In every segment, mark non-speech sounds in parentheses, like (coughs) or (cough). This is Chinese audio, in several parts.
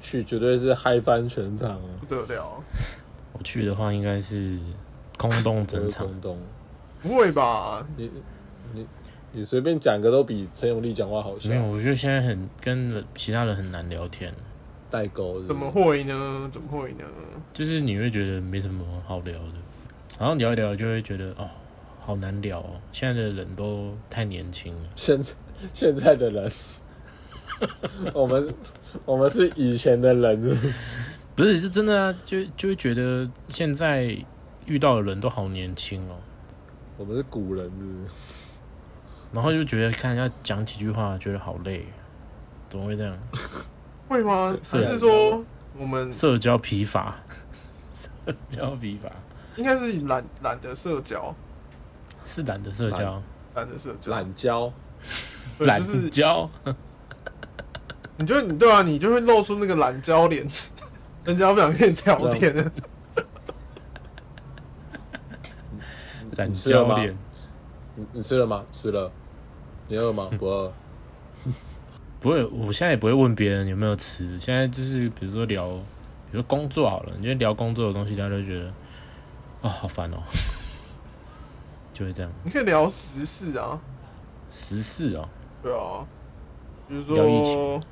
去绝对是嗨翻全场啊！不得了，我去的话应该是空洞不整会场，空洞，不会吧？你你你随便讲个都比陈永利讲话好笑没。有，我觉得现在很跟其他人很难聊天，代沟是不是怎么会呢？怎么会呢？就是你会觉得没什么好聊的，然后聊一聊就会觉得哦，好难聊哦，现在的人都太年轻了。现在现在的人，我们我们是以前的人是不是不是，是真的啊，就就会觉得现在遇到的人都好年轻哦，我们是古人是不是然后就觉得看人家讲几句话，觉得好累，怎么会这样？会吗？是啊还是说我们社交疲乏，社交疲乏应该是懒懒得社交，是懒得社交，懒得社交，懒交，对懒就是交，你就你对啊，你就会露出那个懒焦脸， (laughs) 人家不想跟你聊天了。啊懒你吃了交吗脸。你你吃了吗？吃了。你饿 (laughs) 吗？不饿。不会，我现在也不会问别人有没有吃。现在就是比如说聊，比如说工作好了，你就聊工作的东西，大家就觉得哦好烦哦， (laughs) 就会这样。你可以聊时事啊，时事哦，对啊，比如聊疫说情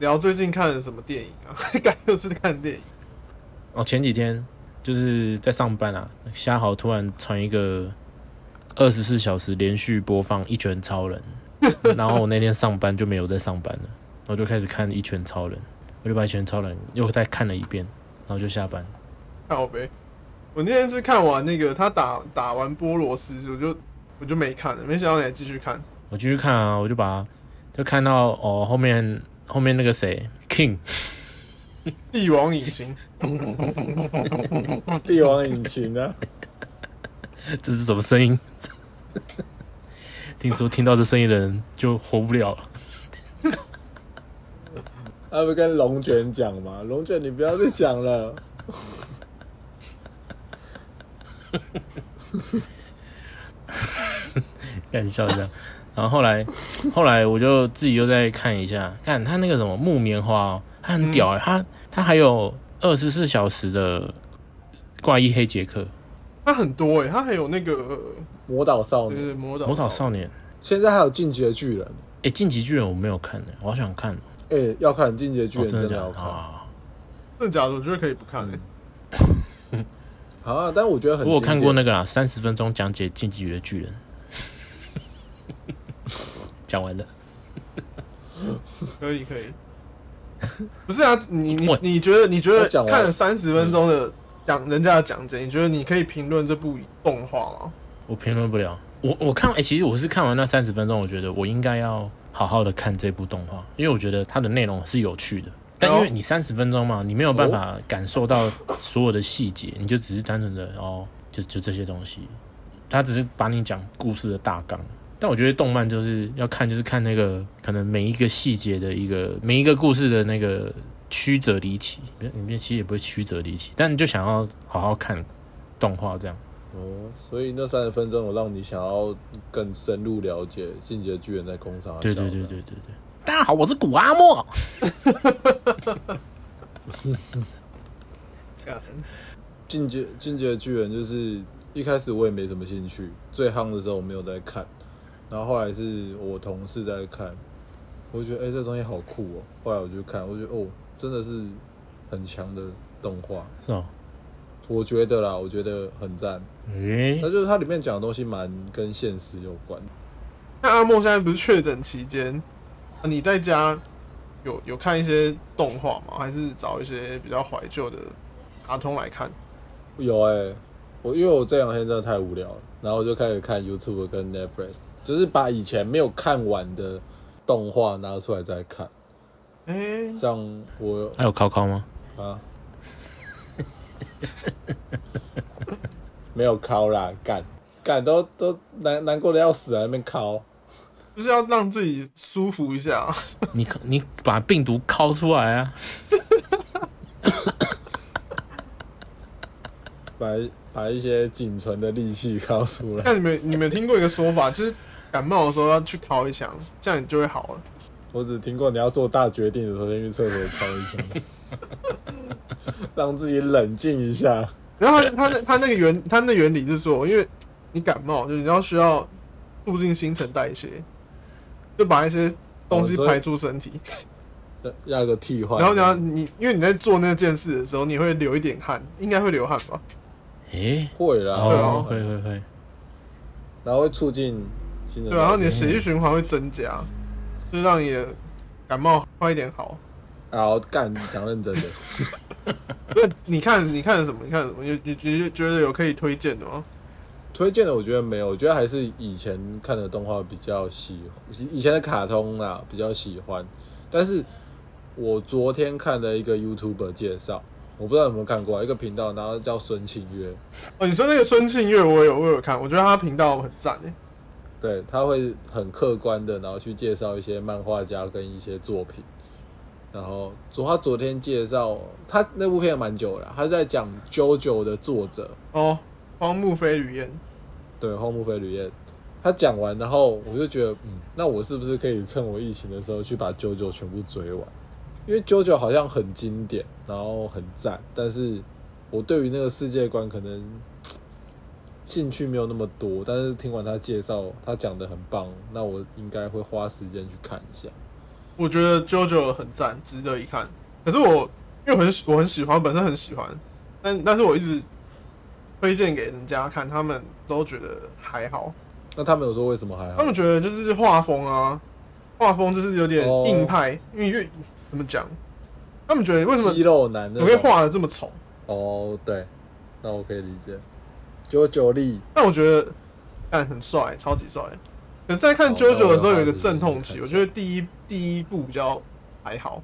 聊最近看了什么电影啊， (laughs) 感又是看电影，哦前几天就是在上班啊，虾豪突然传一个二十四小时连续播放《一拳超人》，然后我那天上班就没有在上班了，然后就开始看《一拳超人》，我就把《一拳超人》又再看了一遍，然后就下班。看好呗。我那天是看完那个他打打完波罗斯，我就我就没看了，没想到你还继续看。我继续看啊，我就把就看到哦后面后面那个谁 King (laughs) 帝王引擎，帝王引擎啊呢？这是什么声音？ (laughs) 听说听到这声音的人就活不了 (laughs) 了。他不跟龙卷讲吗？龙卷，你不要再讲了。干笑这样。然后后来，后来我就自己又再看一下，看他那个什么木棉花、哦，他嗯很屌哎、他他还有二十四小时的怪异黑杰克、它很多哎、它还有那个魔导少呃女，魔导哦魔导少少年。现在还有进击的巨人。哎，进击巨人我没有看呢、我好想看哦、哎、要看进击的巨哦人，真的真的假要的？看。啊，真的假的？我觉得可以不看哎、嗯好啊，但我觉得很。我有看过那个啦，三十分钟讲解进击的巨人， (laughs) 讲完了。可以可以。 (laughs) 不是啊，你你喂你觉得你觉我得讲完看了三十分钟的讲人家的讲解，你觉得你可以评论这部动画吗？我评论不了。我我看，哎、其实我是看完那三十分钟，我觉得我应该要好好的看这部动画，因为我觉得它的内容是有趣的。但因为你三十分钟嘛，你没有办法感受到所有的细节，你就只是单纯的哦，就就这些东西。他只是把你讲故事的大纲。但我觉得动漫就是要看，就是看那个可能每一个细节的一个每一个故事的那个曲折离奇，里面其实也不会曲折离奇，但你就想要好好看动画这样。哦，所以那三十分钟有让你想要更深入了解进击的巨人在攻啥？对对对对对。对。大家好，我是古阿莫。嗯干进阶进阶巨人就是一开始我也没什么兴趣，最夯的时候我没有在看，然后后来是我同事在看，我就觉得哎、诶这东西好酷哦、后来我就看，我觉得哦真的是很强的动画，是哦，我觉得啦，我觉得很赞。诶、那就是它里面讲的东西蛮跟现实有关，那阿莫现在不是确诊期间，啊你在家有有看一些动画吗？还是找一些比较怀旧的卡通来看？有哎、我因为我这两天真的太无聊了，然后我就开始看 YouTube 跟 Netflix，就是把以前没有看完的动画拿出来再看，哎、像我还有考考 (laughs) 吗？啊，没有敲啦，干干都都难难过的要死，在那边敲，就是要让自己舒服一下。啊你你把病毒敲出来啊！把把一些仅存的力气敲出来。那你们你们听过一个说法，就是感冒的时候要去烤一枪，这样你就会好了。我只听过你要做大决定的时候先去厕所敲一下，让自己冷静一下。然后他他那他那个原他那原理是说，因为你感冒，就是你要需要促进新陈代谢，就把一些东西哦所以排出身体。要要有个替换。然后你要你因为你在做那件事的时候，你会流一点汗，应该会流汗吧？诶、会啦，啊哦，会会会会，然后会促进新的。对，然后你的血液循环会增加，就让你的感冒快一点好。好啊干，讲认真的。 (laughs) 不是，你看你看了什么？你看了什么？你你你觉得有可以推荐的吗？推荐的我觉得没有，我觉得还是以前看的动画比较喜，以前的卡通啦比较喜欢。但是我昨天看了一个 YouTuber 介绍，我不知道有没有看过啊一个频道，然后叫孙庆月，哦，你说那个孙庆月，我有我有看，我觉得他频道很赞欸诶。对他会很客观的，然后去介绍一些漫画家跟一些作品。然后昨他昨天介绍他那部片蛮久了啦，他是在讲《JoJo》的作者，哦，荒木飞吕彦，对，荒木飞吕彦，他讲完，然后我就觉得，嗯，那我是不是可以趁我疫情的时候去把《JoJo》全部追完？因为《JoJo》好像很经典，然后很赞，但是我对于那个世界观可能兴趣没有那么多。但是听完他介绍，他讲的很棒，那我应该会花时间去看一下。我觉得 JoJo 很赞，值得一看。可是我因为我很喜我很喜欢，本身很喜欢，但但是我一直推荐给人家看，他们都觉得还好。那他们有说为什么还他好们？觉得就是画风啊，画风就是有点哦硬派，因为越怎么讲，他们觉得为什么肌肉男的我会画的这么丑？哦，对，那我可以理解。九九力但我觉得但很帅，超级帅。可是，在看哦 JoJo 的时候，那我有有一个好奇阵痛期，看我觉得第一第一部比较还好，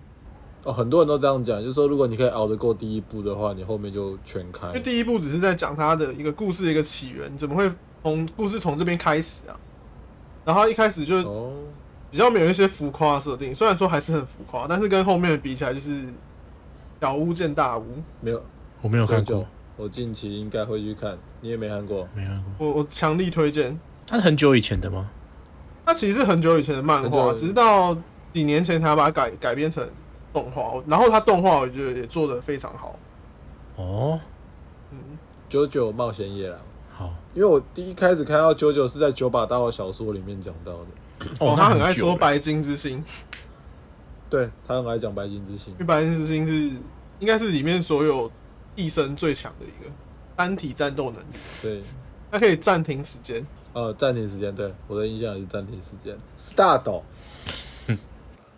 哦，很多人都这样讲，就是说如果你可以熬得过第一步的话，你后面就全开因为。第一部只是在讲他的一个故事的一个起源，怎么会从故事从这边开始啊？然后他一开始就哦，比较没有一些浮夸的设定，虽然说还是很浮夸，但是跟后面的比起来，就是小巫见大巫。没有我没有九看过九，，我近期应该会去看，你也没看过，没看过，我我强力推荐，它是很久以前的吗？它其实是很久以前的漫很画，久直到几年前才把它改改编成动画，然后它动画我觉得也做得非常好。哦，嗯， 《九九冒险野狼》。好，因为我第一开始看到九九是在《九把刀》的小说里面讲到的，哦，那他很爱久说了白金之星，因对他很爱讲白金之 (laughs) 心为白金之星是应该是里面所有一生最强的一个单体战斗能力，所以它可以暂停时间。呃暂停时间，对我的印象也是暂停时间。Start，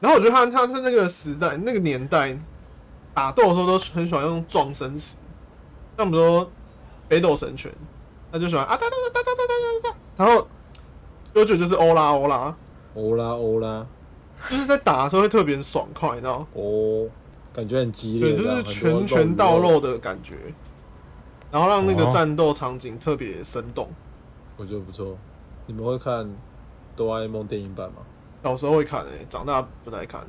然后我觉得他他是那个时代那个年代打斗的时候都很喜欢用撞生词，像比如说北斗神拳，他就喜欢啊哒哒哒哒哒哒哒哒，然后九九就是欧拉欧拉，欧啦欧啦就是在打的时候会特别爽快，你知道吗？哦，感觉很激烈对，这就样，是很拳多拳到肉，肉的感觉，然后让那哦个战斗场景特别生动。我觉得不错。你们会看《哆啦 A 梦》电影版吗？小时候会看诶、欸长大不太看。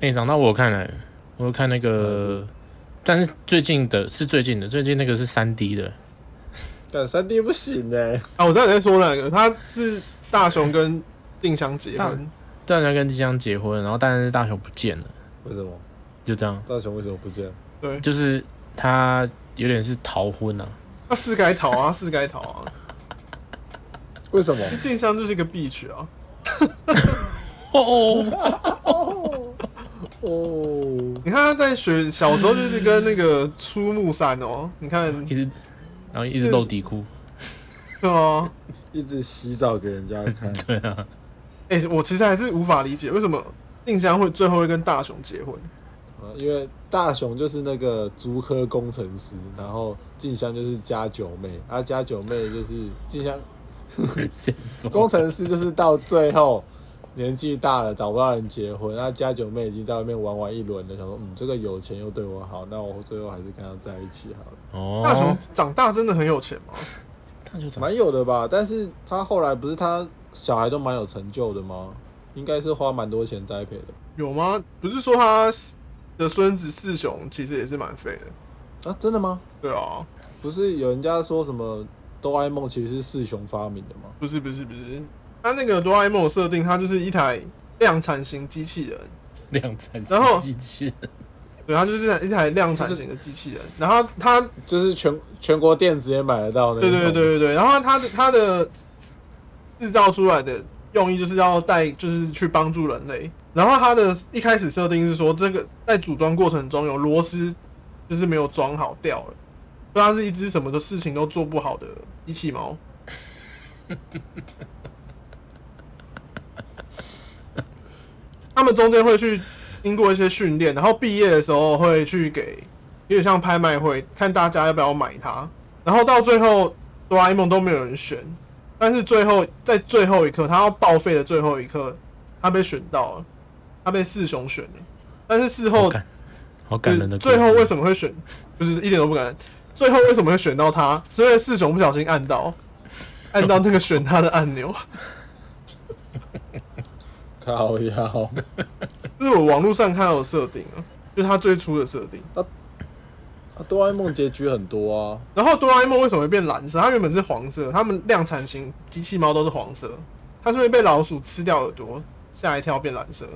哎、长大我有看了、我有看那个，但是最近的是最近的，最近那个是三 D 的，但三 D 不行欸呢、啊，我知道你在说哪个，他是大雄跟静香结婚，大家跟即将结婚，然后但是大雄不见了，为什么？就这样，大雄为什么不见？对，就是他有点是逃婚啊，他是该逃啊，是该逃啊。为什么？静香就是一个 bitch 啊，哦哦，哦，你看他在学小时候就是跟那个出木山哦，你看 (laughs) 一直然后一直露底裤，对啊，一直洗澡给人家看，对啊，哎、我其实还是无法理解为什么静香会最后会跟大雄结婚。 (laughs) 啊因为大雄就是那个竹科工程师，然后静香就是家九妹，啊，家九妹就是静香谁说工程师就是到最后 (laughs) 年纪大了找不到人结婚，那家九妹已经在外面玩玩一轮了，想说嗯这个有钱又对我好，那我最后还是跟他在一起好了，哦，大雄长大真的很有钱吗？大雄怎么蛮有的吧？但是他后来不是他小孩都蛮有成就的吗？应该是花蛮多钱栽培的。有吗？不是说他的孙子四雄其实也是蛮废的，啊，真的吗？对啊，不是有人家说什么哆啦 A 梦其实是四雄发明的吗？不是不是不是，他那个哆啦 A 梦的设定，它就是一台量产型机器人，量产然后型机器人，对，它就是一台量产型的机器人。然后它，就是全全国店直接买得到那对种。对对对对，然后它的它的制造出来的用意就是要带，就是去帮助人类。然后它的一开始设定是说，这个在组装过程中有螺丝就是没有装好掉了，所以它是一只什么的事情都做不好的机 (laughs) 器猫。他们中间会去经过一些训练，然后毕业的时候会去给，有点像拍卖会，看大家要不要买它。然后到最后，哆啦 A 梦都没有人选，但是最后在最后一刻，他要报废的最后一刻，他被选到了，他被四雄选了。但是事好后感，好就感人是的故事。最后为什么会选，就是一点都不感人。最后为什么会选到他？是因为四雄不小心按到，按到那个选他的按钮。靠腰。这是我网络上看到的设定啊，就是他最初的设定。啊，哆啦 A 梦结局很多啊，然后哆啦 A 梦为什么会变蓝色？它原本是黄色，它们量产型机器猫都是黄色，它是会被老鼠吃掉耳朵，吓一跳变蓝色，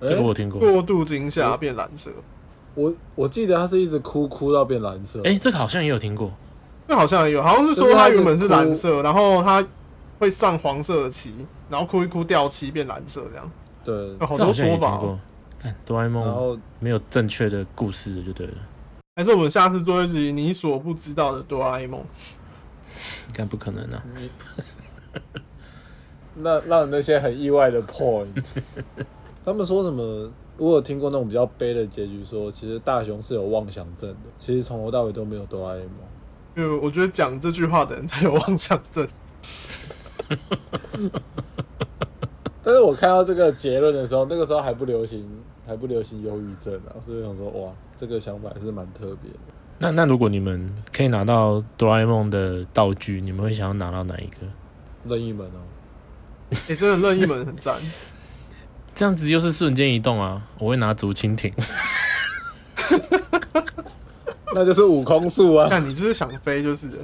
这个诶我听过？过度惊吓变蓝色。我我记得他是一直哭哭到变蓝色。哎、这个好像也有听过。那好像也有，好像是说它原本是蓝色，然后它会上黄色的漆，然后哭一哭掉漆变蓝色这样，对，有好多这好像也说听法哦、过。看哆啦 A 然梦后没有正确的故事的就对了，还是我们下次做一集你所不知道的哆啦 A 梦。应该不可能啊。那让那些很意外的 point，他们说什么？我有听过那种比较悲的结局说其实大雄是有妄想症的，其实从头到尾都没有哆啦 A 梦。因为我觉得讲这句话的人才有妄想症。 (laughs) 但是我看到这个结论的时候，那个时候还不流行，还不流行忧郁症啊，所以我想说，哇，这个想法还是蛮特别的。那那如果你们可以拿到哆啦 A 梦的道具，你们会想要拿到哪一个？任意门哦、哎、真的任意门很赞。这样子就是瞬间移动啊！我会拿竹蜻蜓， (laughs) 那就是悟空术 (laughs) 啊。看你就是想飞就是了。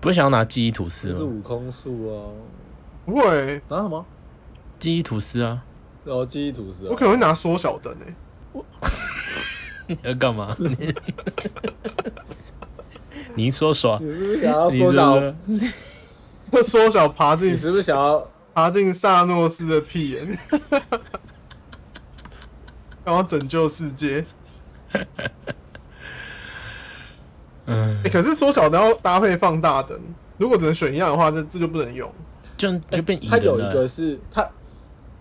不会想要拿记忆吐司这是吗？悟空术啊，不会、欸，拿什么？记忆吐司啊， (laughs) 然后记忆吐司、我啊可。能会拿缩小哎灯诶、你要 (laughs) 干嘛？你你一说说，你是不是想要你这缩小？个会缩小爬进你是不是想要？爬进萨诺斯的屁眼，然后拯救世 (laughs) 界。嗯，嗯欸可是缩小灯要搭配放大灯，如果只能选一样的话，这这就不能用。这样就变蚁它人有一了个。是它，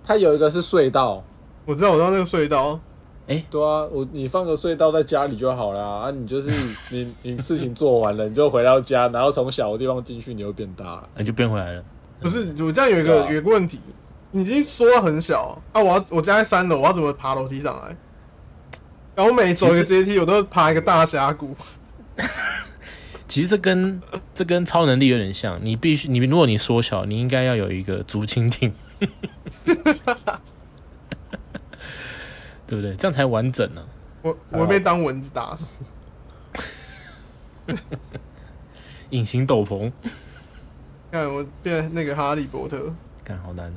它有一个是隧道。我知道，我知道那个隧道，对啊，我你放个隧道在家里就好啦。啊，你就是你你事情做完了，你就回到家，然后从小的地方进去，你又变大。那啊就变回来了。不是我这样有一个对啊有一个问题，你已经缩到很小啊！我要我家在三楼，我要怎么爬楼梯上来？然后我每走一个阶梯，我都爬一个大峡谷。其实这跟这跟超能力有点像，你必须你如果你缩小，你应该要有一个竹蜻蜓， (laughs) 对不对？这样才完整啊呢、我我会被当蚊子打死。隐形斗篷，看我变那个哈利波特，看好难、哦。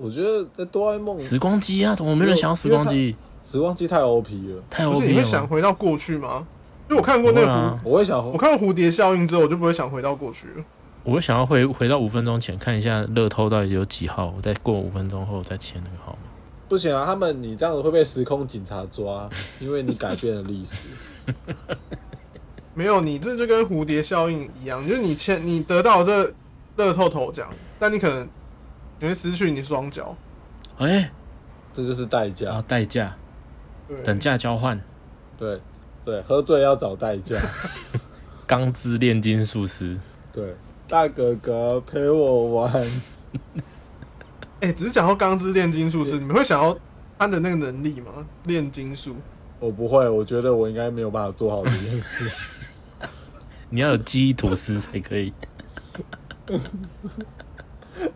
我觉得在哆啦 A 梦时光机啊，怎么没人想要时光机？时光机太 OP 了，太不 OP 是你会想了。回到过去吗？因为我看过那个啊不蝴，会啊我会想，我看过蝴蝶效应之后，我就不会想回到过去了。我会想要回回到五分钟前看一下乐透到底有几号，我再过五分钟后再签那个号码。不行啊，他们你这样子会被时空警察抓， (laughs) 因为你改变了历史。 (laughs) 没有，你这就跟蝴蝶效应一样，就是你签你得到这乐透头奖，但你可能你会失去你双脚。哎、这就是代价。然啊后啊代价对，等价交换，对对，喝醉要找代驾。钢之炼金术师。 (laughs) 对，大哥哥陪我玩。 (laughs) 哎、只是讲到钢之炼金术师，你们会想要他的那个能力吗？炼金术，我不会，我觉得我应该没有办法做好这件事。 (laughs) 你要有记忆吐司才可以。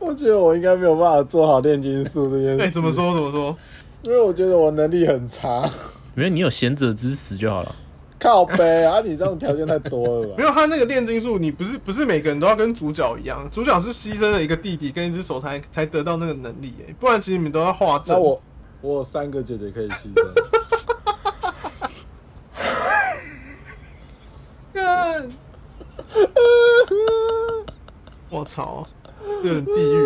我觉得我应该没有办法做好炼金术这件事。哎、怎么？说怎么说？因为我觉得我能力很差。 (laughs) 没有，你有贤者之石就好了。靠背啊！你这样条件太多了 (laughs) 没吧？有他那个炼金术，你不是不是每个人都要跟主角一样，主角是牺牲了一个弟弟跟一只手才才得到那个能力、欸，不然其实你们都要化那阵。我我有三个姐姐可以牺 (laughs) 牲，干， (laughs) 我操，有点地狱、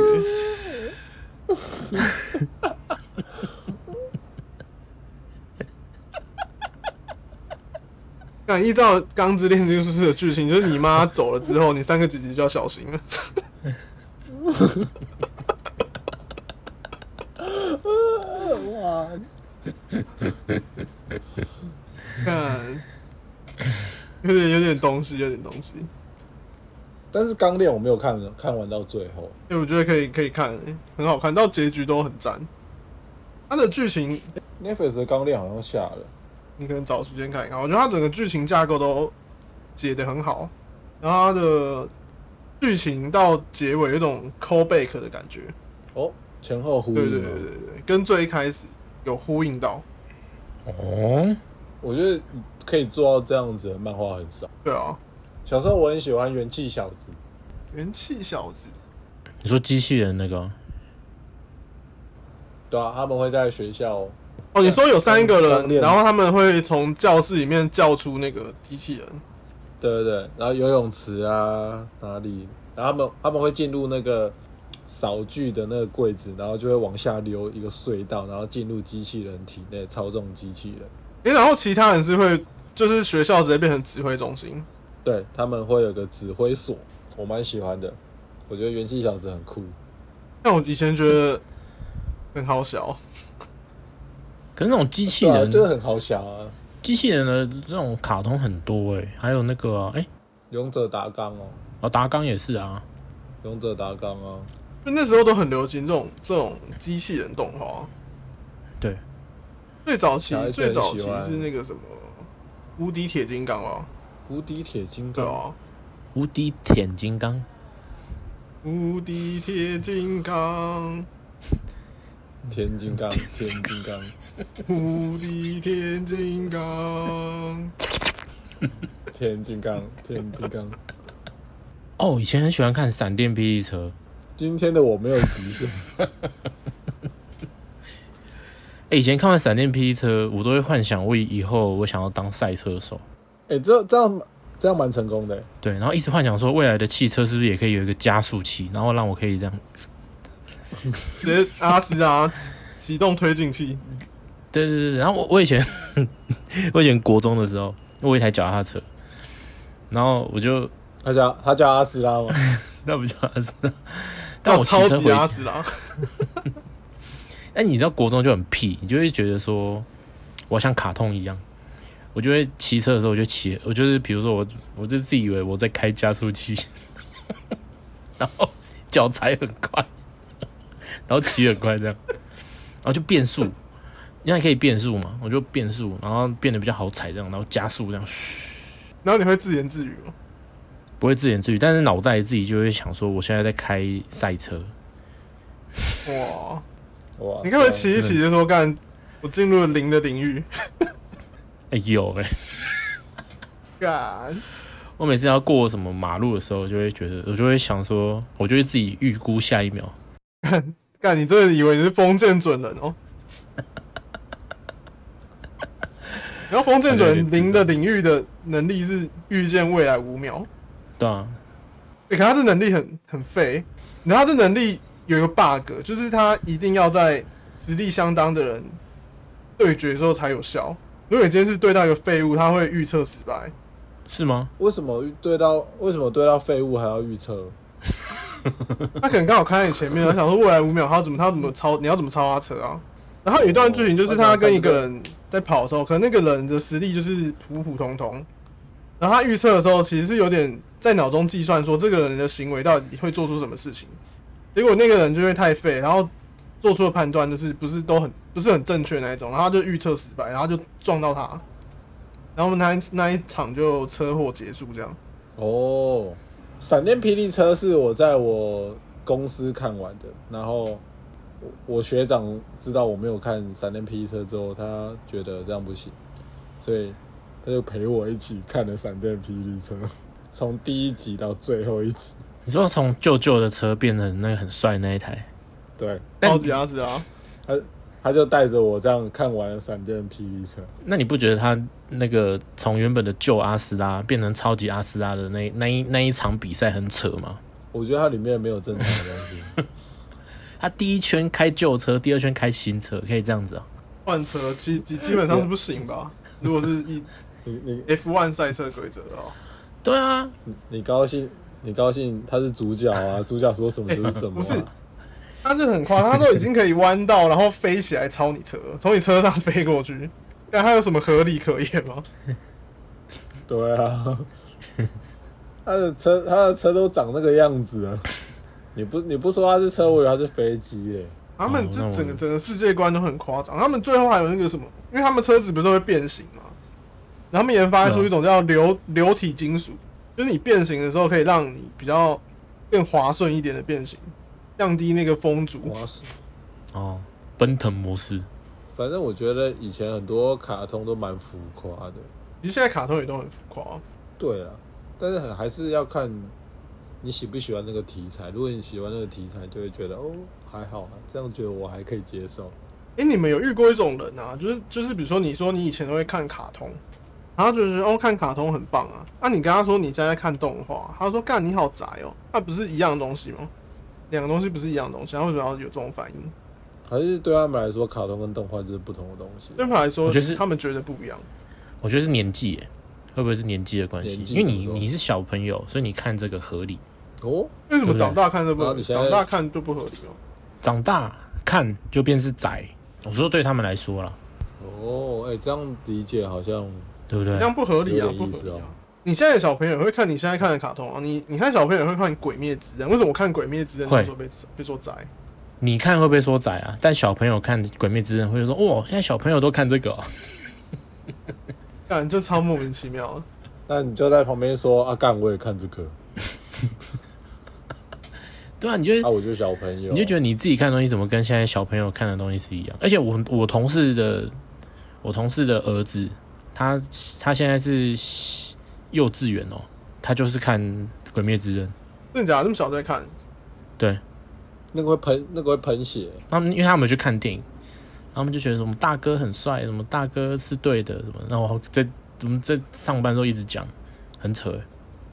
欸。 (laughs) 那依照《钢之炼金术师》的剧情，就是你妈走了之后，你三个姐姐就要小心了。哇！看，有点有点东西，有点东西。但是钢炼我没有看看完到最后，哎、我觉得可以可以看、欸很好看，到结局都很赞。它的剧情 Netflix 的钢炼好像下了，你可能找时间看一看，我觉得它整个剧情架构都写得很好，然后它的剧情到结尾有一种 callback 的感觉，哦，前后呼应。对对对对对，对跟最一开始有呼应到，哦，我觉得可以做到这样子的漫画很少。对啊，小时候我很喜欢元气小子，元气小子，你说机器人那个对啊，他们会在学校，哦，你说有三个刚刚人，练然后他们会从教室里面叫出那个机器人，对对对，然后游泳池啊哪里，然后他们他们会进入那个扫具的那个柜子，然后就会往下溜一个隧道，然后进入机器人体内操纵机器人。诶、然后其他人是会就是学校直接变成指挥中心，对他们会有个指挥所，我蛮喜欢的，我觉得元气小子很酷。但我以前觉得很好笑，可是那种机器对啊，人，就是很好笑啊，机器人的这种卡通很多哎、还有那个啊哎、勇者达纲哦，哦达纲也是啊，勇者达纲啊，就那时候都很流行这种这种机器人动画。对，最早期小孩子最很早期喜欢是那个什么无敌铁金刚吧？无敌铁金对刚，啊，无敌铁金刚，嗯无敌铁金刚，天金 (laughs) 刚，天金刚，无敌铁金刚。天金刚，天金刚。哦以前很喜欢看闪电霹雳车，今天的我没有极限， (laughs) 哎、以前看完闪电霹雳车，我都会幻想我以后我想要当赛车手，哎、这这样这样蛮成功的、对，然后一直幻想说未来的汽车是不是也可以有一个加速器，然后让我可以这样，直接阿斯啊，启启动推进器，对对对，对然后我我以前 (laughs) 我以前国中的时候，我有一台脚踏车，然后我就他叫他叫阿斯 (laughs) 拉吗？那不叫阿斯拉，但我骑超车级啊回阿斯拉。但你知道国中就很屁，你就会觉得说，我像卡通一样，我就会骑车的时候我就骑，我就是比如说我我就自以为我在开加速器， (laughs) 然后脚踩很快，然后骑很快这样，然后就变速，因为可以变速嘛，我就变速，然后变得比较好踩这样，然后加速这样，嘘 (laughs) 然后你会自言自语吗？不会自言自语，但是脑袋自己就会想说，我现在在开赛车，哇，哇，啊你该不会骑一骑真就说干，我进入了零的领域？ (laughs) 哎、有哎、 (laughs) 干。我每次要过什么马路的时候，就会觉得，我就会想说，我就会自己预估下一秒。干，你真的以为你是封建准人哦？ (laughs) 然后封建准人零的领域的能力是预见未来五秒，对啊，欸、可他这能力很很废，然后他这能力有一个 bug，就是他一定要在实力相当的人对决之后才有效。如果你今天是对到一个废物，他会预测失败，是吗？为什么对到为什么对到废物还要预测？他可能刚好开在你前面，他想说未来五秒他要怎么他要怎么超你要怎么超他车啊？然后有一段剧情就是他跟一个人在跑的时候，可能那个人的实力就是普普通通，然后他预测的时候其实是有点在脑中计算说这个人的行为到底会做出什么事情，结果那个人就会太废，然后做出的判断就是不是都很不是很正确那一种，然后他就预测失败，然后就撞到他，然后我们那一那一场就车祸结束这样。哦，闪电霹雳车是我在我公司看完的，然后我我学长知道我没有看闪电霹雳车之后，他觉得这样不行，所以他就陪我一起看了《闪电霹雳车》， (laughs) 从第一集到最后一集。你说从旧旧的车变成那个很帅那一台，对，但超级阿斯啊，他他就带着我这样看完了《闪电霹雳车》。那你不觉得他那个从原本的旧阿斯拉变成超级阿斯拉的那那一那一场比赛很扯吗？我觉得它里面没有正常的东西。他第一圈开旧车，第二圈开新车，可以这样子啊、换车基基基本上是不行吧？如果是以你你 F1 赛车规则的话，对啊，你高兴，你高兴，他是主角啊，主角说什么就是什么、啊。 (laughs) 不是他就很夸张，他都已经可以弯道，然后飞起来超你车，从你车上飞过去，那他有什么合理可言吗？对啊， (laughs) 他的车他的车都长那个样子啊。你不你不说他是车，我以为他是飞机嘞。他们这那我整个整个世界观都很夸张。他们最后还有那个什么，因为他们车子不是都会变形嘛，然后他们研发出一种叫流流体金属，就是你变形的时候可以让你比较更滑顺一点的变形，降低那个风阻。哇塞！哦，奔腾模式，反正我觉得以前很多卡通都蛮浮夸的。其实现在卡通也都很浮夸，对啦，但是很还是要看你喜不喜欢那个题材。如果你喜欢那个题材，就会觉得哦还好啊，这样觉得我还可以接受。哎、你们有遇过一种人啊？就是就是，比如说你说你以前都会看卡通，然后就觉得哦看卡通很棒啊，那、你跟他说你现在在看动画，他说干你好宅哦，那、不是一样的东西吗？两个东西不是一样的东西，他为什么哦要有这种反应？还是对他们来说，卡通跟动画就是不同的东西。对他们来说，我觉得是他们觉得不一样。我觉得是年纪耶，会不会是年纪的关系年？纪因为你怎么说你是小朋友，所以你看这个合理。哦，为什么对不对长大看就不合然后啊理？你现在长大看就不合理哦。长大看就变是宅，我说对他们来说啦，哦，哎、这样理解好像对不对这？样不合理啊有，不点意合思理哦啊。你现在的小朋友也会看你现在看的卡通啊，你你看小朋友也会看《鬼灭之刃》，为什么我看《鬼灭之刃》会就说被被说宅？你看会不会说宅啊？但小朋友看《鬼灭之刃》会说，哇，现在小朋友都看这个、哦， (laughs) 干就超莫名其妙的。那你就在旁边说啊，干我也看这个对啊，你就会啊，我就小朋友，你就觉得你自己看的东西怎么跟现在小朋友看的东西是一样？而且我我同事的我同事的儿子，他他现在是幼稚园哦，他就是看《鬼灭之刃》。真的假的？这么小就在看？对那个会喷，那个会喷血，他们，因为他们有去看电影，他们就觉得什么大哥很帅，什么大哥是对的，什么，然后在我们在上班的时候一直讲，很扯欸。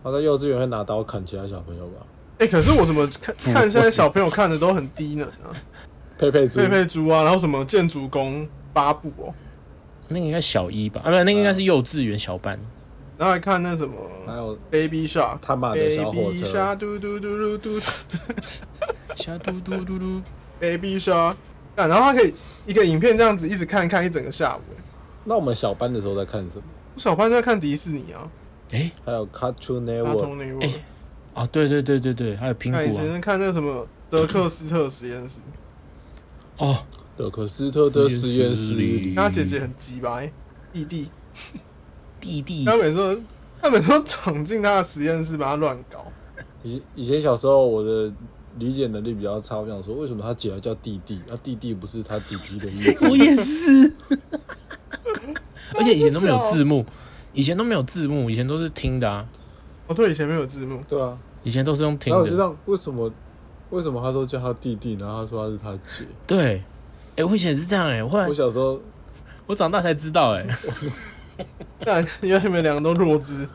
他在幼稚园会拿刀砍其他小朋友吧？哎、可是我怎么看嗯看现在小朋友看的都很低能啊？佩佩猪，佩佩猪啊，然后什么建筑工八部哦，那个应该小一吧？啊，不，那个应该是幼稚园小班。然后还看那什么还有 Baby Shark，他妈啊的小火 Baby 车， Shark 嘟嘟嘟嘟嘟小嘟嘟嘟嘟， Baby Shark，干然后他可以一个影片这样子一直看看一整个下午。欸那我们小班的时候在看什么？我小班就在看迪士尼啊，哎、还有 Cartoon 卡 Network，通那一哎、位。啊，对对对对对，还有苹看以果、啊、前看那什么德克斯特实验室，嗯哦，德克斯特的实验室里嗯，他姐姐很鸡掰，弟弟，弟弟？他每次都他每次都闯进他的实验室把他乱搞。以以前小时候我的理解能力比较差，我想说为什么他姐要叫弟弟？啊，弟弟不是他弟弟的意思 (laughs) 我也是， (laughs) 而且以前都没有字幕，以前都没有字幕，以前都是听的啊，哦，对，以前没有字幕，对啊，以前都是用听然后我就这的。样，为什么为什么他都叫他弟弟，然后他说他是他姐？对，哎、我以前也是这样哎、我后来我小时候我长大才知道哎、但因为你们两个都弱智，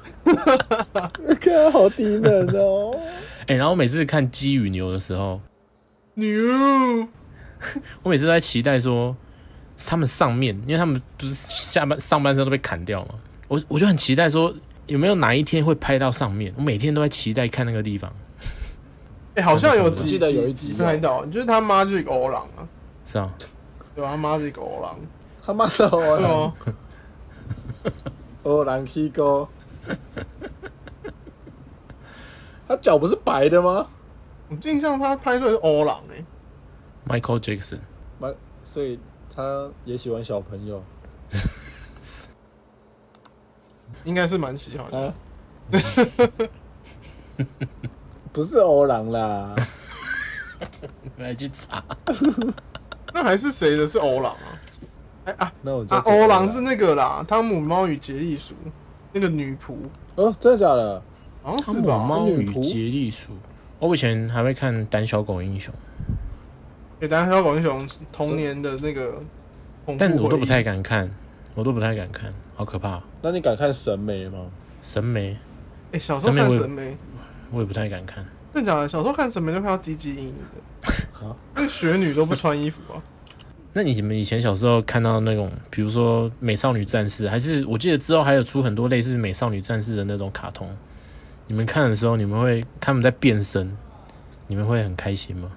看好低能哦。哎、然后我每次看鸡与牛的时候，牛，我每次都在期待说他们上面，因为他们不是下半上半身都被砍掉嘛，我我就很期待说有没有哪一天会拍到上面，我每天都在期待看那个地方，哎，好像有我几记得几有一集有拍到，就是他妈就是一个欧郎啊，是啊，对吧？他妈是一个欧郎，他妈是欧对兰哦，欧兰 K 哥， (laughs) 他脚不是白的吗？ (laughs) 我印象他拍出来是欧郎哎， ，Michael Jackson，白，所以他也喜欢小朋友应该是蛮喜欢的。啊。 (laughs) 不是欧郎啦，来去查。那还是谁的是欧郎啊？哎啊那我就啊！欧郎是那个啦，《汤姆猫与杰利鼠》那个女仆，哦，真的假的？好像汤是姆吧？猫女与仆杰利鼠。我以前还会看《胆小狗英雄》，给大家小狗英雄童年的那个恐怖回忆，但我都不太敢看，我都不太敢看，好可怕、哦那你敢看审美吗？神眉哎，小时候看神眉，我也不太敢看，真的假的？小时候看神眉都看到唧唧硬硬的啊，那个雪女都不穿衣服啊。那你们以前小时候看到那种，比如说《美少女战士》，还是我记得之后还有出很多类似《美少女战士》的那种卡通，你们看的时候，你们会他们在变身，你们会很开心吗？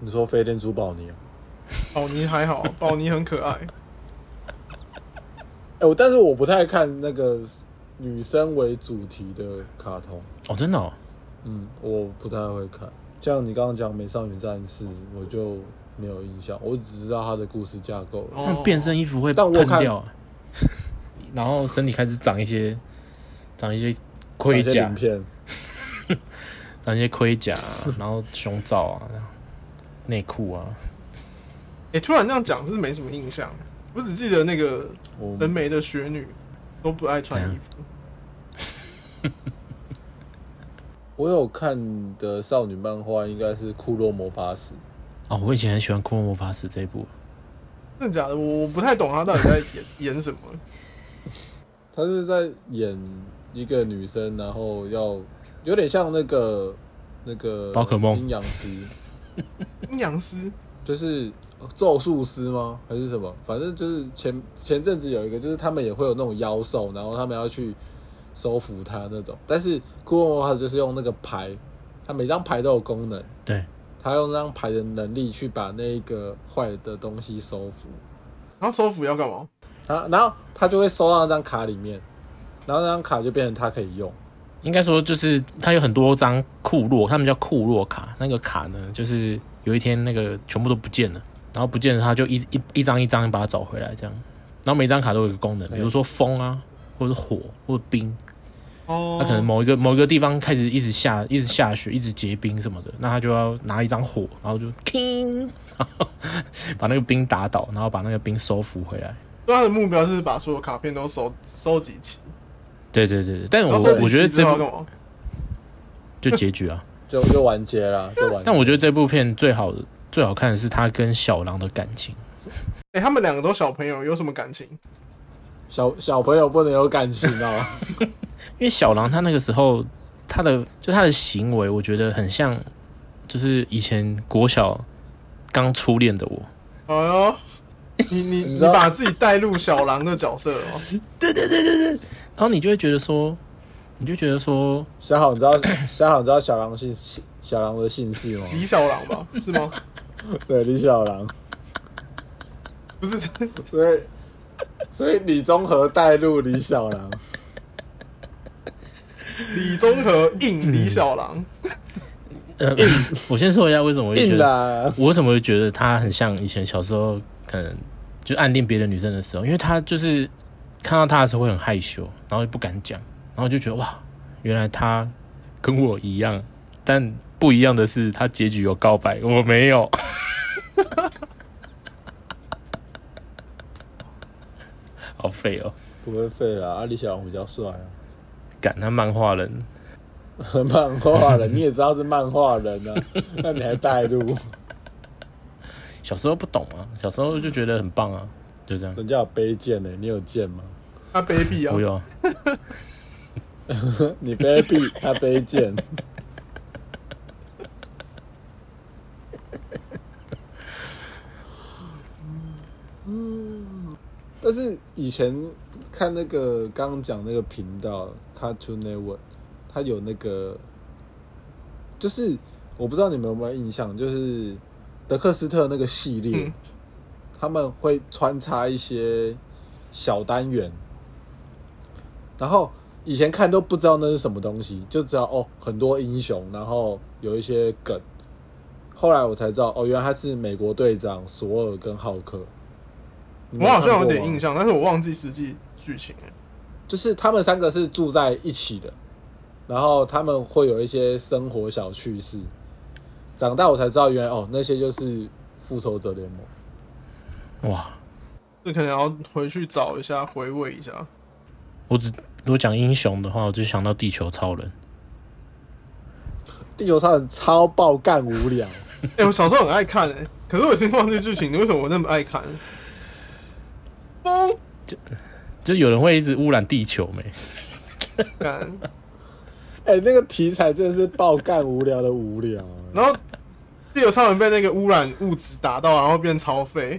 你说飞天珠宝你、啊？宝妮还好，宝妮很可 (laughs) 爱。哎、我但是我不太看那个女生为主题的卡通，哦，真的哦，嗯，我不太会看。像你刚刚讲《美少女战士》，我就没有印象，我只知道它的故事架构而已。哦他们变身衣服会但我喷看掉啊，然后身体开始长一些长一些讲盔一些甲影，片，长一些盔甲啊、然后胸罩啊、内裤啊，哎，突然这样讲，真是没什么印象。我只记得那个我神眉的雪女都不爱穿衣服。我有看的少女漫画应该是《库洛魔法使》，哦，我以前很喜欢《库洛魔法使》这一部，真的假的？我我不太懂他到底在演 (laughs) 演什么。她就是在演一个女生，然后要有点像那个那个宝可梦阴阳师，阴阳师就是呃咒术师吗？还是什么？反正就是前前阵子有一个，就是他们也会有那种妖兽，然后他们要去收服它那种。但是骷髅魔法使就是用那个牌，它每张牌都有功能，对，它用那张牌的能力去把那个坏的东西收服。然后收服要干嘛？啊，然后他就会收到那张卡里面，然后那张卡就变成他可以用。应该说就是它有很多张库洛，他们叫库洛卡。那个卡呢，就是有一天那个全部都不见了，然后不见了，他就一一一张一张把它找回来，这样。然后每张卡都有一个功能，对比如说风啊，或者是火，或者冰。哦，那可能某一个某一个地方开始一直下，一直下雪，一直结冰什么的，那他就要拿一张火，然后就 king，然后 (laughs) 把那个冰打倒，然后把那个冰收服回来。所以他的目标就是把所有卡片都收收集齐。对对对对，但然后我收集哦我觉得齐之这后要部干嘛？就结局啊。就就完结啦，就完结。 (laughs) 但我觉得这部片最好的最好看的是他跟小狼的感情。哎、他们两个都小朋友，有什么感情？小小朋友不能有感情哦。因为小狼他那个时候他的就他的行为，我觉得很像，就是以前国小刚初恋的我。哎呦， (laughs) 你你你你知道把自己带入小狼的角色了吗？然后你就会觉得说，你就觉得说， (laughs) 小好，你知道小好，你知道小狼姓小狼的姓氏吗？李小狼吧，是吗？对，李小狼。不是， (laughs) 是所以所以李宗和带入李小狼，李宗和应李小狼，呃， (coughs) 我先说一下为 (laughs) 什么我会觉硬啊得，啦。我为什么会觉得他很像以前小时候可能就暗恋别的女生的时候，因为他就是看到他的时候会很害羞，然后又不敢讲，然后就觉得哇，原来他跟我一样，但不一样的是他结局有告白，我没有。 (laughs) 好废哦，不会废啦，啊，李小狼比较帅啊。 (laughs) 赶他漫画人，漫画 (laughs) 人，你也知道是漫画人啊，那你还带入？ (laughs) 小时候不懂啊，小时候就觉得很棒啊，就这样。人家有卑贱欸呢、你有贱吗？ (laughs) 他卑鄙我啊！有啊，你卑 (laughs) 鄙，他卑贱。 (laughs) 但是以前看那个刚刚讲那个频道 Cartoon Network，它有那个，就是我不知道你们有没有印象，就是德克斯特那个系列，嗯他们会穿插一些小单元，然后以前看都不知道那是什么东西，就知道哦很多英雄，然后有一些梗。后来我才知道，哦，原来他是美国队长索尔跟浩克。你们我好像看有过点吗印象，但是我忘记实际剧情了。就是他们三个是住在一起的，然后他们会有一些生活小趣事。长大我才知道，原来哦，那些就是复仇者联盟。哇，这可能要回去找一下，回味一下。我只如果讲英雄的话，我就想到地球超人。地球超人超爆干无聊， (laughs) 哎、我小时候很爱看哎、可是我已经忘记剧情，为什么我那么爱看？疯就有人会一直污染地球没？感。哎、那个题材真的是爆干无聊哎的无聊、然后地球超人被那个污染物质打到，然后变超废，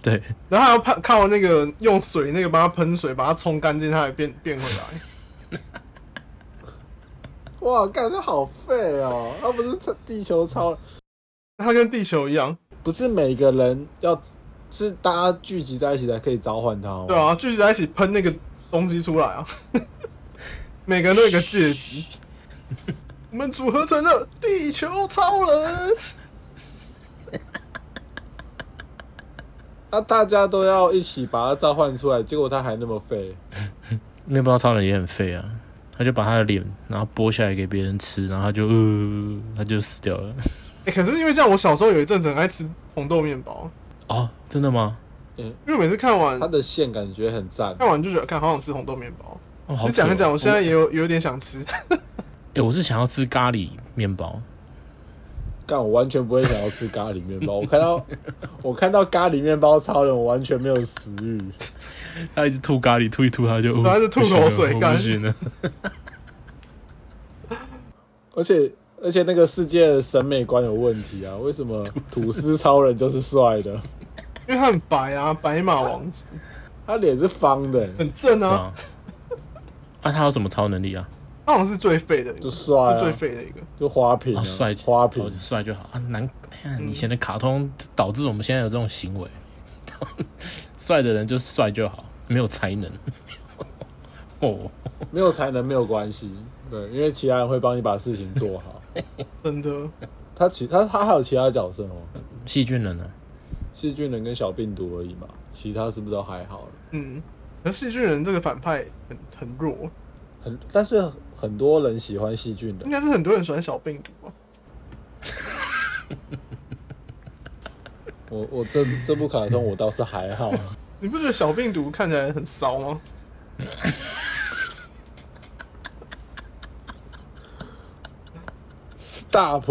对，然后还要怕靠那个用水那个帮他喷水，把它冲干净，它还变变回来。哇，干这好废哦！那不是地球超，它跟地球一样，不是每个人要是大家聚集在一起才可以召唤它哦吗？对啊，聚集在一起喷那个东西出来啊， (laughs) 每个人都有一个戒指。我们组合成了地球超人，那大家都要一起把它召唤出来，结果它还那么废。面包超人也很废啊，他就把他的脸然后剥下来给别人吃，然后他就呃，他就死掉了。 (laughs) 哎、可是因为这样，我小时候有一阵子很爱吃红豆面包，哦，真的吗？因为每次看完它的线感觉很赞，看完就觉得，看好想吃红豆面包。哦，好你讲扯一哦讲，我现在也有有点想吃。 (laughs) 哎、我是想要吃咖喱面包，干我完全不会想要吃咖喱面包。我看到我看到咖喱面包超人，我完全没有食欲。他一直吐咖喱，吐一吐他就，对他就吐 (laughs) 口水不行了干我不行而了。且而且那个世界的审美观有问题啊！为什 (laughs) 么吐司超人就是帅的？因为他很白啊，白马王子他脸是方的、很正啊，啊，啊，他有什么超能力啊？他好像是最废的一个，就是帅啊，最废的一个。就花瓶、啊，啊，帅花哦瓶，帅就好啊。难，看嗯以前的卡通导致我们现在有这种行为。 (laughs) 帅的人就帅就好，没有才能。 (laughs) 哦，没有才能没有关系，对，因为其他人会帮你把事情做好。真的，他其他他还有其他角色哦，细菌人呢、啊细菌人跟小病毒而已嘛，其他是不是都还好了？嗯。而细菌人这个反派很很弱，很，但是很多人喜欢细菌人应，该是很多人喜欢小病毒吧？我我这这部卡通我倒是还好，你不觉得小病毒看起来很骚吗？ Stop，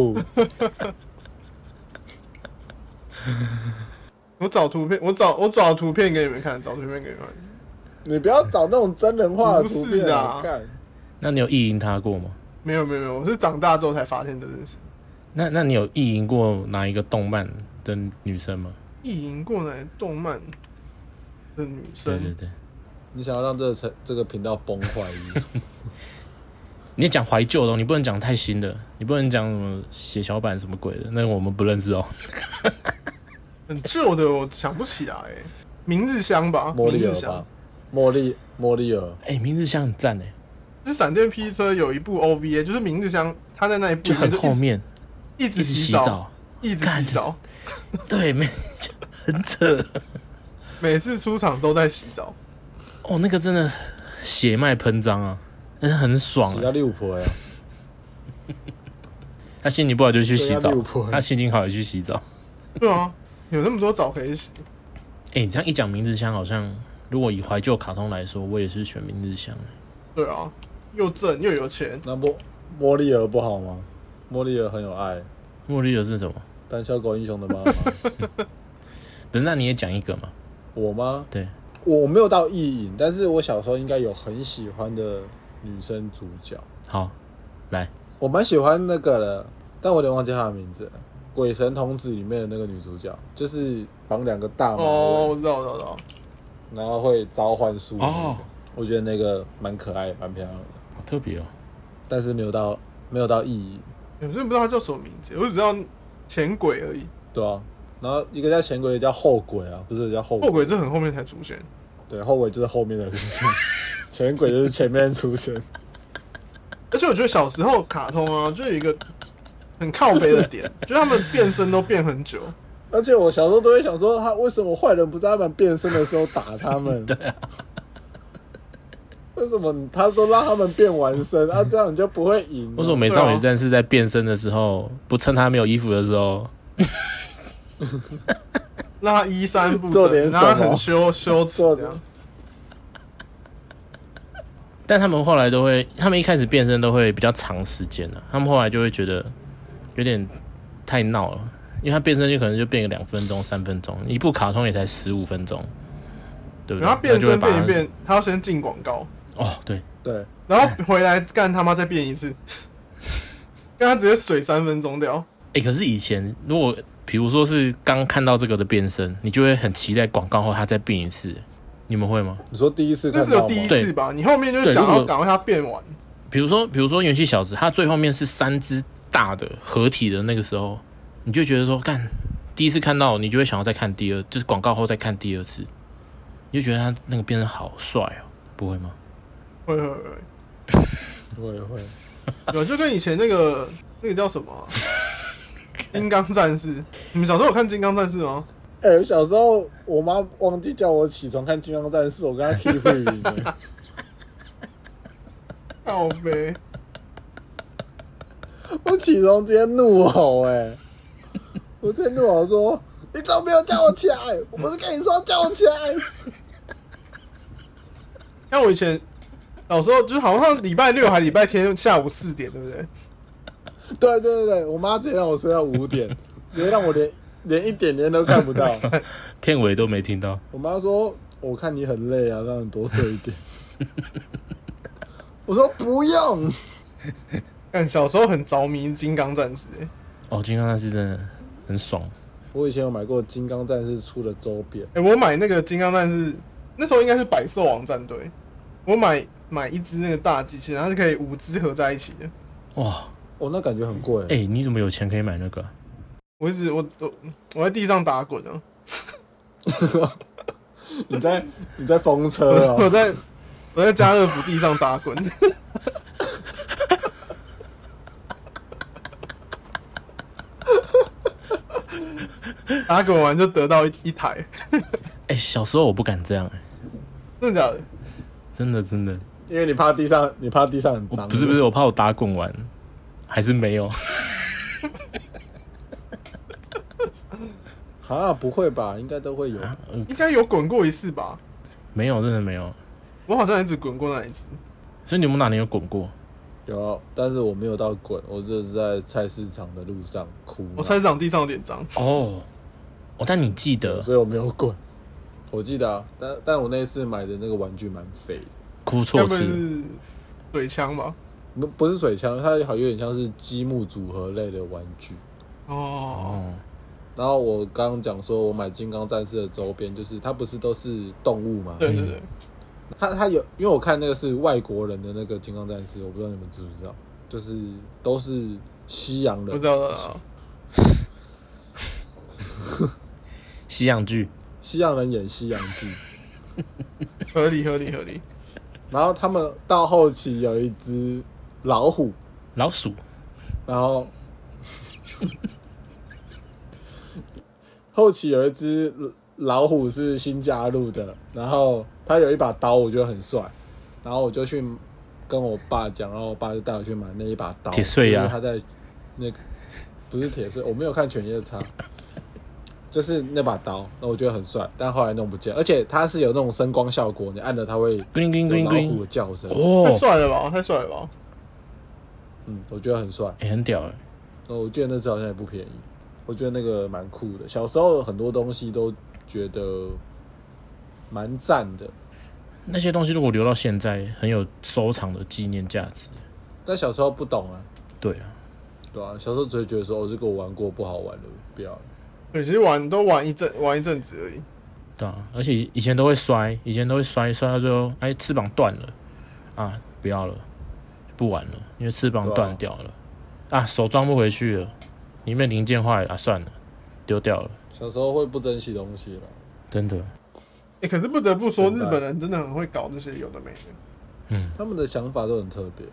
我找图片，我找我找图片给你们看，找图片给你们看。你不要找那种真人化的图不是片啊干。那你有意淫他过吗？没有没有没有，我是长大之后才发现这件事。那那你有意淫过哪一个动漫的女生吗？意淫过来动漫的女对对生，对，你想要让这个成这个频道崩坏一样，你讲怀旧的哦、你不能讲太新的，你不能讲什么血小板什么鬼的，那我们不认识 (laughs) 哦。很旧的，我想不起来、名字香吧，莫名莉字尔香吧，茉莉茉莉尔，哎、名字像很赞哎，就是闪电霹雳车有一部 OVA，就是名字香，他在那一部就里面很就后一直面一一直直洗洗澡，澡，一直洗澡，对， (laughs) 没就很扯每次出场都在洗澡，哦，那个真的血脉喷张啊，真的很爽洗到啊。六婆呀，他心情不好就去洗水啊澡要六婆，他心情好也去洗澡。对啊，有那么多澡可以洗，哎、你这样一讲名字香，好像如果以怀旧卡通来说，我也是选名字香。对啊，又正又有钱，那茉茉莉尔不好吗？茉莉尔很有爱，茉莉的是什么？胆小狗英雄的妈妈，不是，那你也讲一个嘛？我吗？对，我没有到意淫，但是我小时候应该有很喜欢的女生主角，好，来，我蛮喜欢那个的，但我有点忘记她的名字了。鬼神童子里面的那个女主角，就是绑两个大马尾，哦，我知道我知道我知道，然后会召唤树。哦，我觉得那个蛮可爱，蛮漂亮的，好特别哦。啊但是没有到没有到意淫，有些人不知道他叫什么名字，我只知道前鬼而已，对啊。然后一个叫前鬼，一个叫后鬼啊，不是叫后后鬼是很后面才出现，对，后尾就是后面的出 (laughs) 现，前鬼就是前面出现。而且我觉得小时候卡通啊，就有一个很靠北的点，就是他们变身都变很久，而且我小时候都会想说，他为什么坏人不在他们变身的时候打他们？对啊。为什么他都让他们变完身啊？这样你就不会赢、啊为什么美少女战士在变身的时候，不趁她没有衣服的时候，让他衣衫不做整，点让什么他很羞羞耻做这样。但他们后来都会，他们一开始变身都会比较长时间的、他们后来就会觉得有点太闹了，因为他变身就可能就变个两分钟、三分钟，一部卡通也才十五分钟，对不对？然后变就会身把它变一变，他要先进广告，哦，对，对，然后回来干他妈再变一次，跟他直接水三分钟掉。哎、可是以前如果比如说是刚看到这个的变身，你就会很期待广告后它再变一次，你们会吗？你说第一次这看只到有吗？第一次吧，你后面就是对想如要果赶快它变完。比如说，比如说元气小子，它最后面是三只大的合体的那个时候，你就觉得说，干，第一次看到你就会想要再看第二，就是广告后再看第二次，你就觉得他那个变身好帅哦，不会吗？会会会，我也会，有就跟以前那个那个叫什么啊、金刚战士》，你们小时候有看《金刚战士》吗？哎、小时候我妈忘记叫我起床看《金刚战士》，我跟她 keep 语音了。靠呗，我起床直接怒吼、哎，我直接怒吼说：“你怎么没有叫我起来？我不是跟你说叫我起来像我以前小时候，就是好像礼拜六还礼拜天下午四点，对不对？？”对对对对，我妈直接让我睡到五点，直接让我连连一点点都看不到。片尾都没听到，我妈说：“我看你很累啊，让你多睡一点。” (laughs) 我说：“不用。但小时候很着迷《金刚战士、欸哦，金刚战士真的很爽，”我以前有买过《金刚战士》出的周边，欸我买那个《金刚战士》，那时候应该是百兽王战队，我买买一只那个大机器人，它是可以五只合在一起的。哇，哦，那感觉很贵、哎、你怎么有钱可以买那个啊、我一直我我我在地上打滚啊，你在你在风车 (laughs) 我哦，在我在家乐福地上打滚。打滚完就得到一一台，哎、小时候我不敢这样、哎，真的假的？真的真的，因为你怕地上，你怕地上很我脏。哦不是不是，，我怕我打滚完还是没有， (laughs) 啊，不会吧？应该都会有。嗯应该有滚过一次吧？没有，真的没有，我好像也只滚过那一次。所以你们哪里有滚过？有，啊但是我没有到滚，我就是在菜市场的路上哭啊嘛，我哦菜市场地上有点脏，哦，哦，但你记得所以我没有滚。我记得啊，但但我那一次买的那个玩具蛮肥的，哭要错不然字，是水枪吧？不不是水枪，它好像有点像是积木组合类的玩具。哦，哦，然后我刚刚讲说，我买金刚战士的周边，就是它不是都是动物吗？对对对，它它有，因为我看那个是外国人的那个金刚战士，我不知道你们知不知道，就是都是西洋不人知，道了。西洋剧，西洋人演西洋剧，合理合理合理。然后他们到后期有一只老虎，老鼠，然后 (laughs) 后期有一只老虎是新加入的，然后它有一把刀，我觉得很帅，然后我就去跟我爸讲，然后我爸就带我去买那一把刀，铁啊碎牙就是他在那个不是铁碎，我没有看犬夜叉。 (laughs) 就是那把刀，那我觉得很帅，但后来弄不见，而且它是有那种声光效果，你按了它会叮叮有叮老虎的叮，叫声，太哦，帅了吧，太帅了吧！嗯，我觉得很帅。哎、很屌哎、哦，我记得那只好像也不便宜，我觉得那个蛮酷的。小时候很多东西都觉得蛮赞的，那些东西如果留到现在，很有收藏的纪念价值。但小时候不懂啊，对啊，对啊，小时候只会觉得说，哦，这个我玩过不好玩了，不要了。对，其实玩都玩一阵，玩一阵子而已。对啊，而且以前都会摔，以前都会摔，摔到最后，哎，翅膀断了，啊，不要了，不玩了，因为翅膀对啊断掉了，啊，手装不回去了，里面零件坏了，啊、算了，丢掉了，小时候会不珍惜东西了，真的，哎、可是不得不说，明日白本人真的很会搞这些有的没的。嗯，他们的想法都很特别。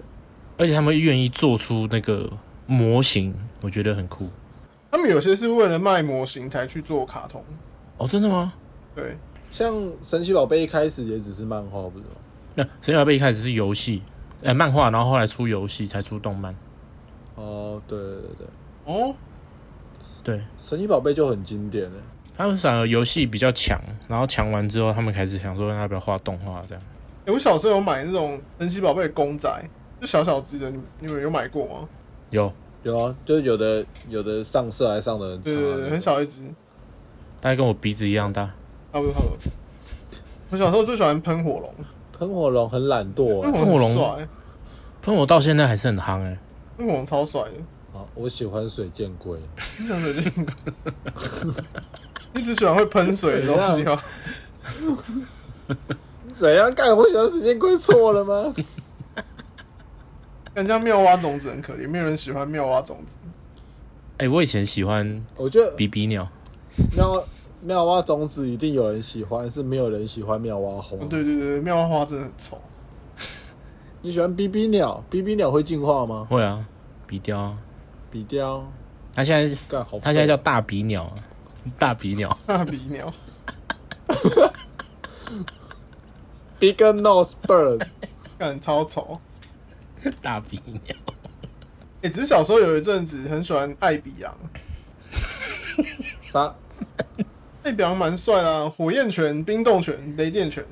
而且他们愿意做出那个模型，我觉得很酷。他们有些是为了卖模型才去做卡通，哦，真的吗？对，像神奇宝贝一开始也只是漫画，不是吗？那《神奇宝贝》一开始是游戏，呃，漫画，然后后来出游戏，才出动漫。哦，对对对，哦，对，神奇宝贝就很经典的，它他们反而游戏比较强，然后强完之后，他们开始想说那要不要画动画这样。欸我小时候有买那种神奇宝贝的公仔，就小小只的，你你们有买过吗？有，有啊，就是有的有的上色还上的很差对对对，那很种，小一只，大概跟我鼻子一样大。差不多差不多。我小时候最喜欢喷火龙，喷火龙很懒惰喷啊嗯火龙喷火很帅，喷我到现在还是很夯哎、喷火龙超帅的。啊，我喜欢水箭龟，你想水晶宫？ (laughs) 你只喜欢会喷水的东西吗？怎样干？我喜欢水箭龟错了 (laughs) 吗？人家妙蛙种子很可怜，没有人喜欢妙蛙种子。哎、我以前喜欢我觉得比比鸟，妙妙蛙种子一定有人喜欢，是没有人喜欢妙蛙花。哦，对对对，妙蛙花真的很丑。你喜欢 BB 鸟？BB 鸟会进化吗？会啊，比雕啊，比雕它现在干好废，它现在叫大比鸟啊，大比鸟。大鼻鸟， Big Nose (laughs) Bird。感超丑。大鼻鸟，哎、只是小时候有一阵子很喜欢艾比昂，啥？艾比昂蛮帅的、啊，火焰拳、冰冻拳、雷电拳，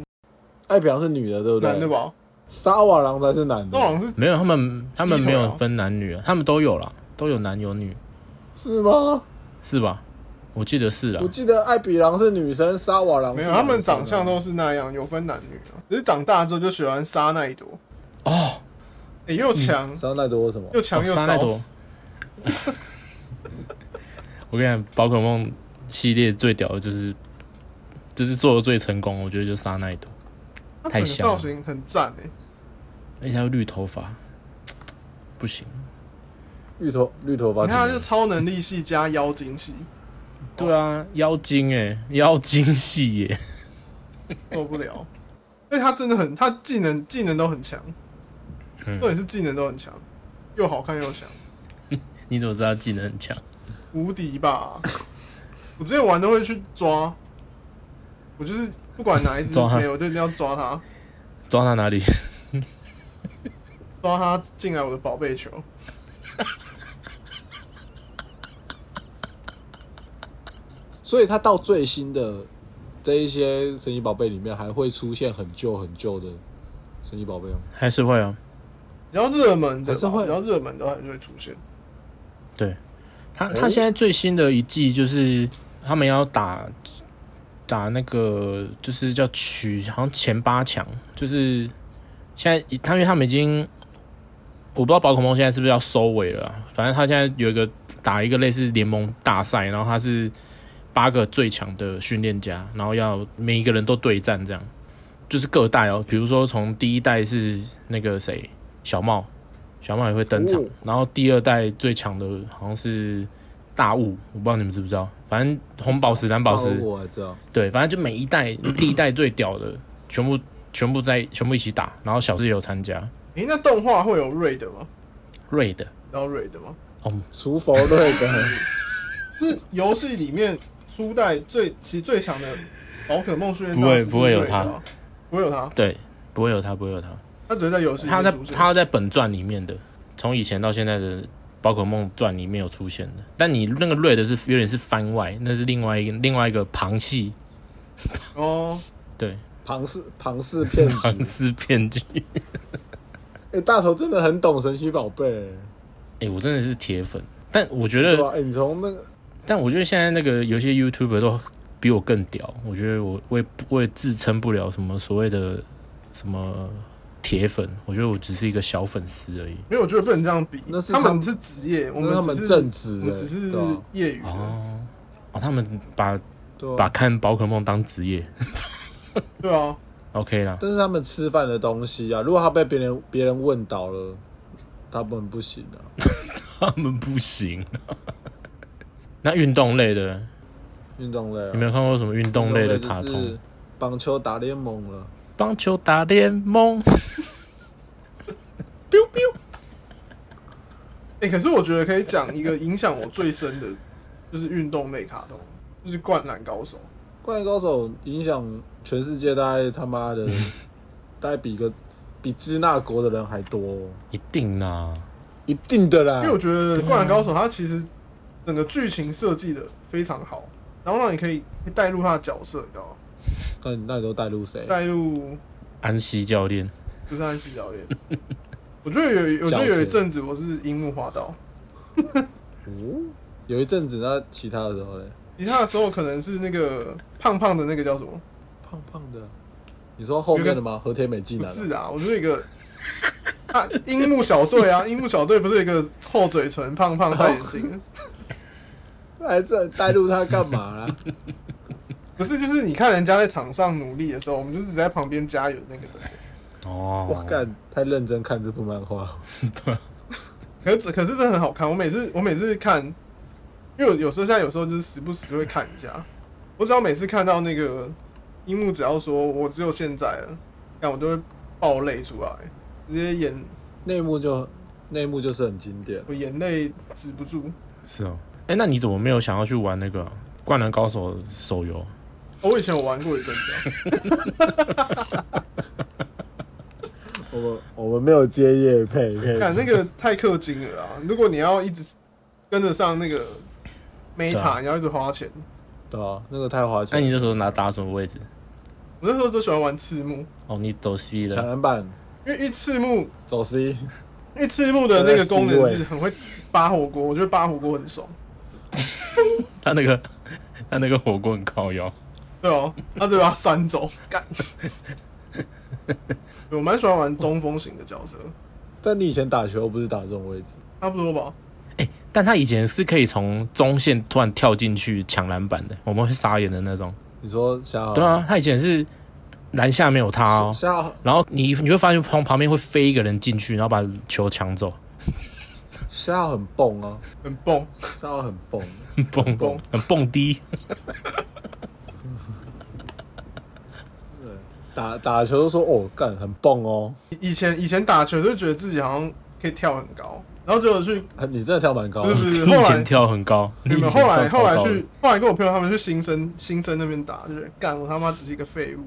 艾比昂是女的，对不嗯对？男的？吧？沙瓦狼才是男那好的，像是没有他们，他们没低有头啊分男女啊，他们都有啦，都有男有女，是吗？是吧？我记得是啦我。记得艾比狼是女生，沙瓦狼是没有，男他生们长相啊都是那样，有分男女啊。只是长大之后就喜欢沙奈朵，哦，哎、又 (laughs) 强沙奈多什么？又强哦又沙奈骚，多。 (laughs) 我跟你讲，宝可梦系列最屌的就是，就是做的最成功，我觉得就是沙奈多，他太整个香了造型很赞哎、而且还有绿头发，不行。绿头绿头发哦你怎么看他就了，超能力系加妖精系，对啊，妖精哎、妖精系耶、 (laughs) 受不了。 (laughs) 而且他真的很，他技能技能都很强，嗯重点是技能都很强，又好看又强，你怎么知道他技能很强？无敌吧！ (laughs) 我之前玩都会去抓，我就是不管哪一只抓他没有，我就一定要抓它，抓他哪里？ (laughs) 抓它进来我的宝贝球。所以它到最新的这一些神奇宝贝里面，还会出现很旧很旧的神奇宝贝吗？还是会啊，比较热门的还是吧，会比较热门的还是会出现。他哦他现在最新的一季就是他们要打打那个就是叫取好像前八强，就是现在他因为他们已经我不知道宝可梦现在是不是要收尾了啊、反正他现在有一个打一个类似联盟大赛，然后他是八个最强的训练家，然后要每一个人都对战这样，就是各代哦，比如说从第一代是那个谁小茂，小茂也会登场，哦然后第二代最强的好像是大雾，我不知道你们知不知道，反正红宝石、蓝宝石大，我还知道，对，反正就每一代历代最屌的全部全部在全部一起打，然后小智也有参加，诶、那动画会有瑞的吗？瑞的知道瑞的吗？哦，厨佛瑞的是游戏里面初代最其实最强的宝可梦训练大不会师是不会有瑞的啊他，不会有他，对，不会有他，不会有他。他只会在游戏里他面在出现他在本传里面的，从以前到现在的宝可梦传里面有出现的。但你那个瑞的是有点是番外，那是另外一个另外一个旁系，哦， (laughs) 对， (laughs) 庞氏庞氏骗局，庞氏骗局。哎、大头真的很懂神奇宝贝、哎、我真的是铁粉，但我觉对得，吧？哎、你从那个但我觉得现在那个有些 YouTuber 都比我更屌，我觉得我我也不我也自称不了什么所谓的什么铁粉，我觉得我只是一个小粉丝而已。没有，我觉得不能这样比。那是他他们们是职业，我那他们们只是正职我欸、们只是对吧业余的。哦哦，他们把对把吧？看宝可梦当职业对啊， ，OK 啦。但是他们吃饭的东西啊，如果他被别人别人问倒了，他们不行啊。他们不行、 (laughs) 那运动类的，运动类、啊，有没有看过什么运动类的卡就通是？棒球打联盟了，棒球打联盟，哎、可是我觉得可以讲一个影响我最深的，就是运动类卡通，就是《灌篮高手》。 《灌篮高手》影响全世界，大概他妈 (laughs) 的，大概比个比支那国的人还多哦、一定啊啦！一定的啦哎因为。我觉得《灌篮高手》它其实整个剧情设计的非常好，然后让你可以带入他的角色，你知道吗？那你那你都带入谁？哦带入安西教练， (laughs) 不是安西教练。我觉得有，我觉得有一阵子我是樱木花道，哦，有一阵子，那其他的时候嘞，其他的时候可能是那个胖胖的那个叫什么？胖胖的，你说后面的吗？和田美纪不男啊是啊，我是一个啊樱木小队啊，樱木小队不是有一个厚嘴唇、胖胖、戴眼镜的，还是带入他干嘛啊 (laughs) 啦？不是就是你看人家在场上努力的时候，我们就是在旁边加油那个人。哦，我干，太认真看这部漫画，可是可是真的很好看，我每次我每次看，因为我有时候现在有时候就是时不时就会看一下。我只要每次看到那个樱木，只要说我只有现在了，那我就会爆泪出来，直接眼内幕就内幕就是很经典。我眼泪止不住。是哦，哎、那你怎么没有想要去玩那个《灌篮高手》手游？哦我以前有玩过一阵子 (laughs) 啊， (laughs) 我们我们没有接叶配，可以看那个太氪金了啊！如果你要一直跟得上那个对啊 Meta，你要一直花钱。对啊，那个太花那、你钱。那时候拿打什么位置？我那时候都喜欢玩赤木，哦，你走 C 抢的，篮板，因为因为赤木，走 C，因为赤木的那个功能在 C 是位很会扒火锅，我觉得扒火锅很爽。他那个 (laughs) 他那个火锅很靠腰，对哦，他就把他扇走，干。 (laughs) 我蛮喜欢玩中锋型的角色，但你以前打球不是打这种位置？差不多吧。哎、但他以前是可以从中线突然跳进去抢篮板的，我们会傻眼的那种。你说夏豪？对啊，他以前是篮下没有他哦，夏豪然后你你会发现从旁边会飞一个人进去，然后把球抢走， (laughs) 夏豪很蹦啊，很蹦，夏豪很 (laughs) 蹦，蹦蹦很蹦迪，打打球都说哦干很蹦哦，以前以前打球就觉得自己好像可以跳很高，然后结果 (laughs) 去啊你真的跳蛮高不的是。不你 (laughs) 是，以后前来跳很高，你以们前后来跳后 (laughs) 超来高的去后来跟我朋友他们去新生新生那边打，就是干我他妈只是一个废物，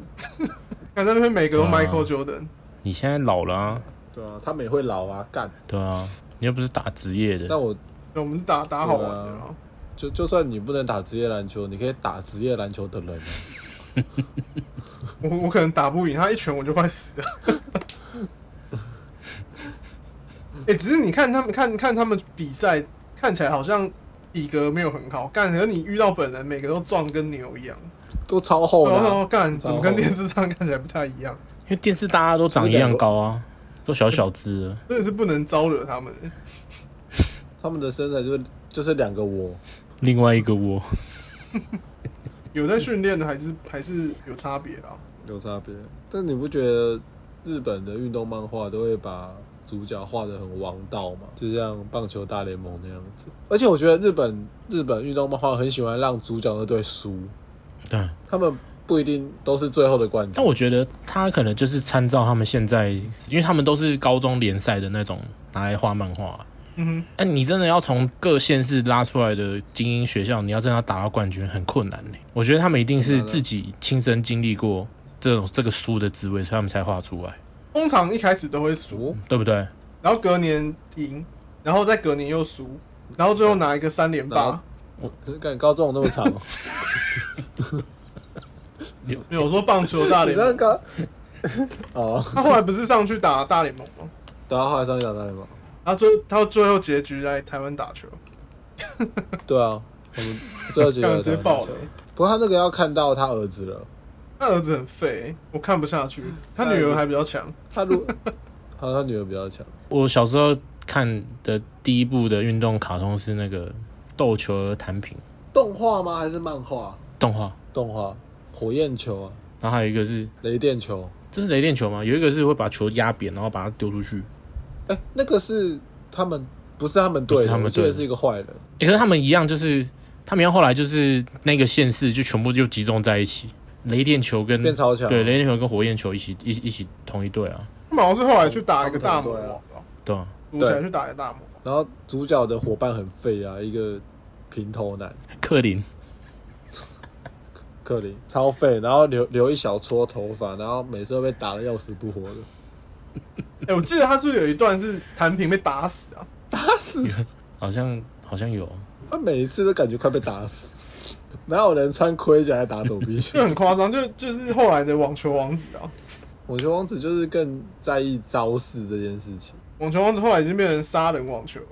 (laughs) 看那边每个都啊 Michael Jordan，你现在老了啊，对啊，他们也会老啊干，对啊，你又不是打职业的，但我对我啊们打打好玩的对啊啊。就就算你不能打职业篮球，你可以打职业篮球的人、啊。 (laughs) 我我可能打不赢他一拳，我就快死了。 (laughs) 哎、只是你看他们看看他们比赛，看起来好像体格没有很好，干，可是你遇到本人，每个都壮得跟牛一样。都超厚的然后啊、 (laughs) 说干，怎么跟超厚电视上看起来不太一样？因为电视大家都长一样高啊，都小小只的，真的是不能招惹他们。欸他们的身材就是就是两个我，另外一个我，有在训练的，还是还是有差别啦。有差别。但你不觉得日本的运动漫画都会把主角画的很王道吗？就像棒球大联盟那样子。而且我觉得日本日本运动漫画很喜欢让主角那队输，对。他们不一定都是最后的冠军。但我觉得他可能就是参照他们现在，因为他们都是高中联赛的那种拿来画漫画。嗯哎、你真的要从各县市拉出来的精英学校，你要真的要打到冠军很困难呢、我觉得他们一定是自己亲身经历过这种这个书的滋味，所以他们才画出来，哼，通常一开始都会输，哦，对不对？然后隔年赢，然后再隔年又输，然后最后拿一个三连然霸后。可是感觉高中有那么长哦，没有我说棒球 (laughs) 大你联知道盟，高 (laughs) 哦，他后来不是上去打大联盟吗？等下后来上去打大联盟。然后最他最后结局来台湾打球，对啊，我们最后决这样定直接爆了。不过他那个要看到他儿子了，他儿子很废、我看不下去。他女儿还比较强，他 (laughs) 如好像他女儿比较强。我小时候看的第一部的运动卡通是那个《斗球儿弹屏》动画吗？还是漫画？动画，动画，火焰球啊，然后还有一个是雷电球。这是雷电球吗？有一个是会把球压扁，然后把它丢出去。哎、那个是他们，不是他们不队是的，他们我记得队的是一个坏人。欸可是他们一样，就是他们一样后来就是那个县市就全部就集中在一起，雷电球跟变超强对，雷电球跟火焰球一起一一起同一队啊，他们好像是后来去打一个大魔王，对啊。赌起来去打一个大魔王。然后主角的伙伴很废啊，一个平头男克林克林超废，然后留留一小撮头发，然后每次都被打的要死不活的。哎、我记得他是不是有一段是弹平被打死啊？打死好像好像有，他每一次都感觉快被打死。哪有人穿盔甲来打躲避球 (laughs) 就？很夸张，就就是后来的网球王子啊，我觉得王子就是更在意招式这件事情，网球王子后来已经变成杀人网球了。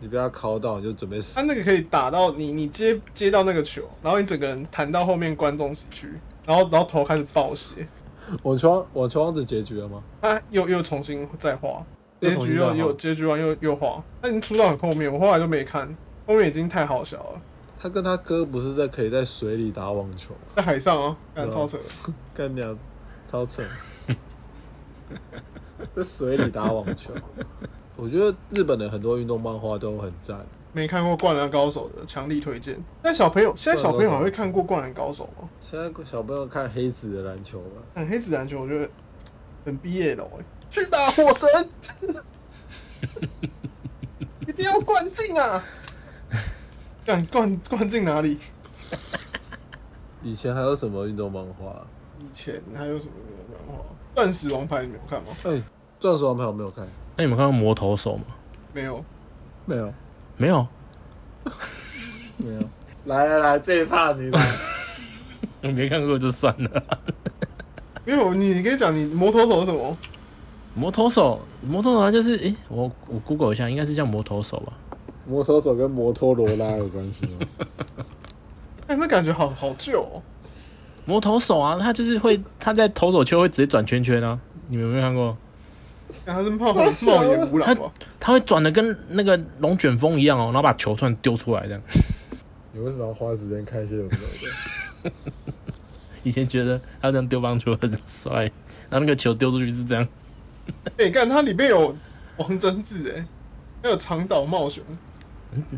你被他敲到你就准备死他。那个可以打到你，你接接到那个球，然后你整个人弹到后面观众席去，然后然后头开始爆血。网球王网球王子结局了吗？他又又重新再画，又结重局新再又画又结局完又又画，他已经出到很后面，我后来都没看，后面已经太好笑了，他跟他哥不是在可以在水里打网球，在海上啊，干对啊超扯的。干娘超 (laughs) 扯，在水里打网球。我觉得日本的很多运动漫画都很赞，没看过《灌篮高手》的，强力推荐。但小朋友现在小朋友还会看过《灌篮高手》吗？现在小朋友看黑子的篮球吧，看黑子篮球，我觉得很毕业了、欸。去打火神，一定要灌 (laughs) 进啊！敢灌灌进哪里？以前还有什么运动漫画？以前还有什么漫画？钻石王牌你没有看吗？哎、钻石王牌我没有看，那你们看过魔头手吗？没有。没有，没有，没有。来来来，这一趴你来。 (laughs) 你没看过就算了。因为我你你跟你讲，你摩托手是什么？ (laughs) 魔头手，魔头手它就是诶、我我 Google 一下，应该是叫魔头手吧？ (laughs) 摩托手跟摩托罗拉有关系吗？ (laughs) 哎、那感觉好好旧哦。魔头手啊，它就是会，它在投手球会直接转圈圈啊。你们有没有看过？然后是冒冒烟污染吧？它会转的跟那个龙卷风一样哦，然后把球突然丢出来这样。你为什么要花时间看一些有没有的？以前觉得他这样丢棒球很帅，然后那个球丢出去是这样。哎、看它里面有王贞治、哎，还有长岛茂雄，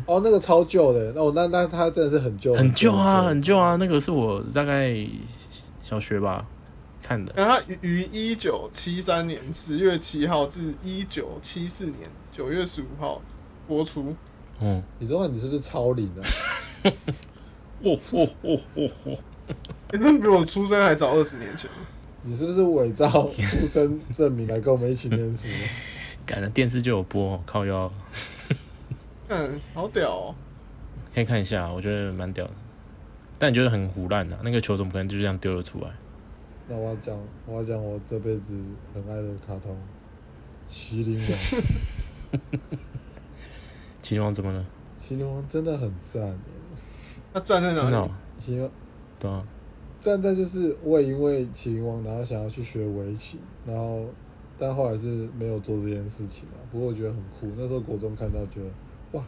哦，那个超旧的，哦，那那他真的是很旧，很旧啊，很旧啊，那个是我大概小学吧看的，然后它于一九七三年十月七号至一九七四年九月十五号播出。嗯，你说你是不是超龄啊？ (laughs) 哦哦哦哦哦，哎、真的比我出生还早二十年前。你是不是伪 (laughs) 造啊出生证明来跟我们一起念书？ (laughs) 感觉电视就有播哦，靠腰嗯，好屌哦！可以看一下，我觉得蛮屌的，但你觉得很胡乱啊的，那个球怎么可能就这样丢了出来？那我要讲，我要讲我这辈子很爱的卡通《麒麟王》。麒麟王怎么了？麒麟王真的很赞耶，他站在哪真的、哦里？，麒麟王对啊，站在就是我也因为麒麟王，然后想要去学围棋，然后但后来是没有做这件事情嘛。不过我觉得很酷，那时候国中看到觉得哇，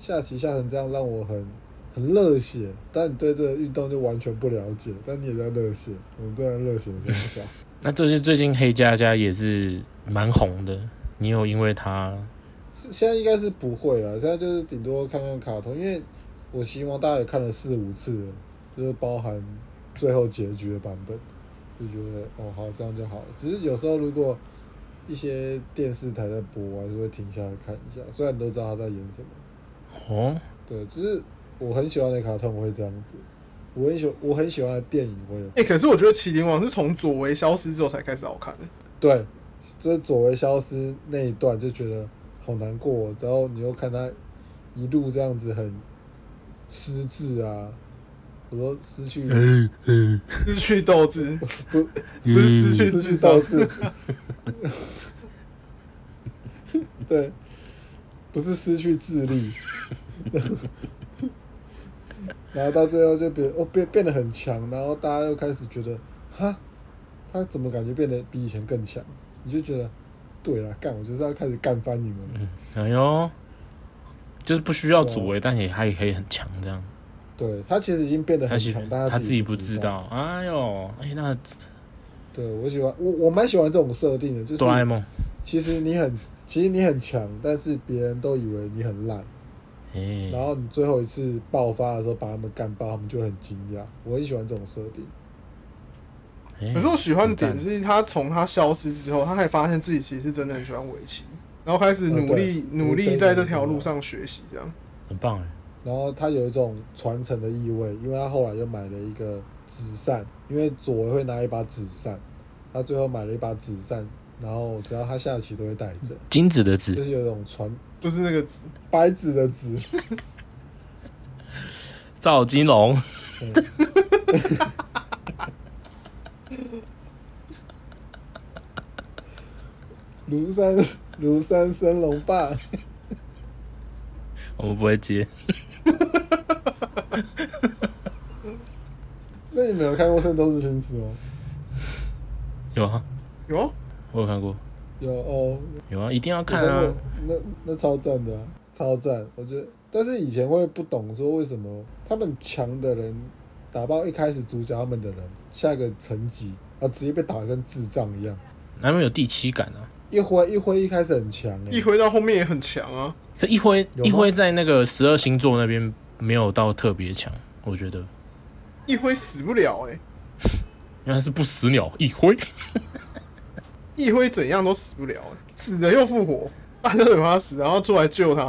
下棋下成这样让我很很热血，但你对这个运动就完全不了解，但你也在热血，我们都在热血这样想。那最近最近黑加加也是蛮红的，你有因为他是现在应该是不会了，现在就是顶多看看卡通，因为我希望大家也看了四五次了，就是包含最后结局的版本，就觉得哦好这样就好了。只是有时候如果一些电视台在播，我还是会停下来看一下，虽然都知道他在演什么。哦，对，只是我很喜欢的卡通我会这样子，我很喜我很喜欢的电影我也哎、可是我觉得《麒麟王》是从左为消失之后才开始好看的。对，就是左为消失那一段就觉得好难过、哦然后你又看他一路这样子很失智啊，我说失去失去斗志，不不是失去失去智斗商。志，对，不是失去智力，然后到最后就变哦变变得很强，然后大家又开始觉得哈，他怎么感觉变得比以前更强？你就觉得对啦，干我就是要开始干翻你们了。哎呦，就是不需要组围，但也他也可以很强这样。对他其实已经变得他很其实强，但他自己不不知。道。哎呦，哎，那对我喜欢我我蛮喜欢这种设定的，就是哆啦 A 梦，其实你很其实你很强，但是别人都以为你很烂。然哎，后你最后一次爆发的时候把他们干爆，他们就很惊讶。我很喜欢这种设定，哎嗯可是我喜欢的点很赞是，他从他消失之后，他还发现自己其实真的很喜欢围棋，然后开始努力、哦对努力在这条路上学习，这样。很棒哎，然后他有一种传承的意味，因为他后来又买了一个纸扇，因为左为会拿一把纸扇，他最后买了一把纸扇，然后只要他下棋都会带着，金子的就子，是有一种传就是那个字白纸的纸，赵金龙， (laughs) 庐山庐山升龙霸，我们不会接。那你们有看过《圣斗士星矢》吗？有啊，有啊我有看过，有哦，有啊，一定要我看啊。那那超赞的啊、超赞！我觉得，但是以前会不懂说为什么他们强的人打爆一开始主角他们的人，下一个层级啊直接被打得跟智障一样。难免有第七感啊。一辉一辉一开始很强哎、一辉到后面也很强啊。可一辉有吗一辉在那个十二星座那边没有到特别强，我觉得，一辉死不了哎、因为他是不死鸟一辉。哎一辉怎样都死不了、死了又复活，啊大家都以为他死，然后出来救他，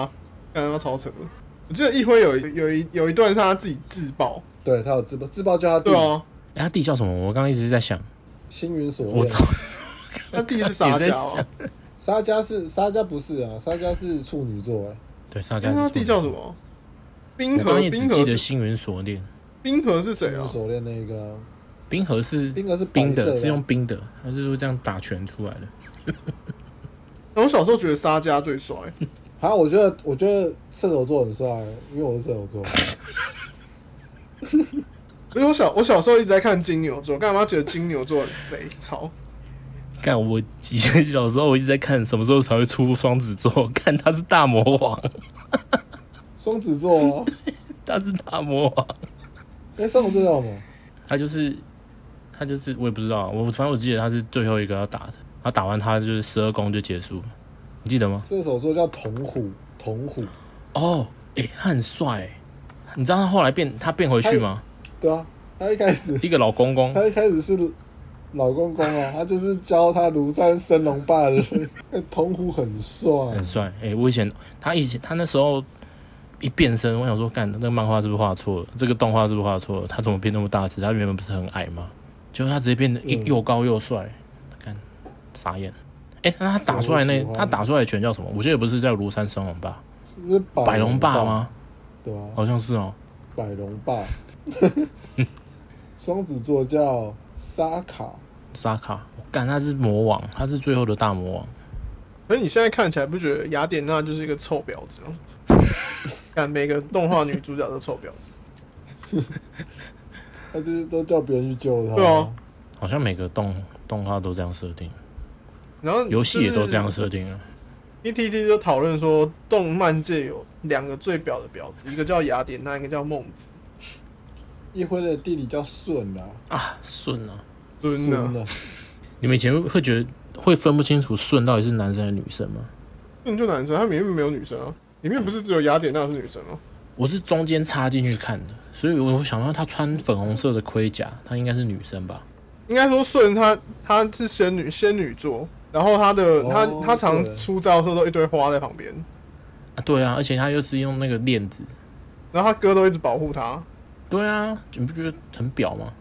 干他超扯的。我记得一辉有一有一有一段是他自己自爆，对他有自爆，自爆叫他弟对 (laughs) 啊，哎、他弟叫什么？我刚刚一直在想，星云锁我链。操，他弟是沙也在家哦想，沙加是沙加不是啊，沙加是处女座哎、对，上家但是他弟叫什处女？么？冰我刚河，刚也只冰记河得是星云锁链，冰河是谁星云啊？锁链那个啊、冰河是冰河是白冰色的的，啊是用冰的，他就是说这样打拳出来的。我小时候觉得沙家最帅，好，我觉得我觉得射手座很帅，因为我是射手座。 (laughs) 因为我小我小时候一直在看金牛座，干嘛觉得金牛座很肥超？干，我以前小时候我一直在看什么时候才会出双子座，看他是大魔王，双子座、哦，他是大魔王，哎、双子座叫什么？他就是他就是我也不知道，啊我反正我记得他是最后一个要打的，他打完他就是十二宫就结束了，你记得吗？射手座叫童虎，童虎，哦，诶、他很帅、欸，你知道他后来变他变回去吗？对啊，他一开 (laughs) 始一个老公公，他一开始是老公公哦，他就是教他庐山升龙霸的人。 (laughs) 童虎很帅，很帅。哎、我以前他以前他那时候一变身，我想说，干那个漫画是不是画错了？这个动画是不是画错了？他怎么变那么大只？他原本不是很矮吗？结果他直接变得一嗯又高又帅，干傻眼。哎、那他打出来那我喜欢他打出来的拳叫什么？我记得不是叫庐山升龙霸、是不是百哦百龙霸？吗？对啊，好像是哦。百龙 (laughs) 霸。双子座叫沙卡，沙卡，干他是魔王，他是最后的大魔王。可是你现在看起来不觉得雅典娜就是一个臭婊子吗？看每个动画女主角都臭婊子，他就是都叫别人去救他。对啊，好像每个动动画都这样设定，然后游戏也都这样设定啊。 E T T 就讨论说，动漫界有两个最婊的婊子，一个叫雅典娜，一个叫孟子。一辉的弟弟叫舜啦，啊，顺啊！孙啊呢？你们以前会觉得会分不清楚顺到底是男生还是女生吗？那就男生，他里面没有女生啊，里面不是只有雅典娜是女生哦吗？我是中间插进去看的，所以我想到她穿粉红色的盔甲，她应该是女生吧？应该说顺她，她是仙女，仙女座，然后她的她哦她常对出招的时候都一堆花在旁边，啊，对啊，而且她又是用那个链子，然后她哥都一直保护她。对啊，你不觉得很表吗？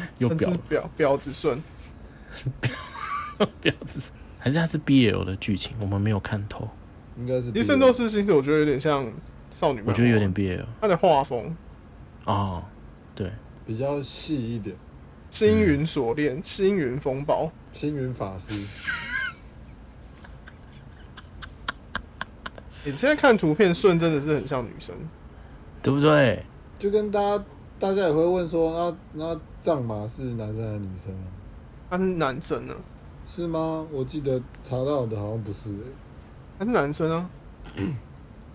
(laughs) 又但是表婊婊子顺，婊子，还是她是 BL 的剧情，我们没有看透，应该是其比实《圣斗士星矢》我觉得有点像少女漫画我觉得有点 BL 她的画风，哦，对，比较细一点。嗯星云锁链、星云风暴，星云法师，你现在看图片，顺真的是很像女生。对不对？就跟大家大家也会问说，啊那那藏马是男生还是女生啊？他是男生啊，是吗？我记得查到的好像不是、欸，他是男生啊，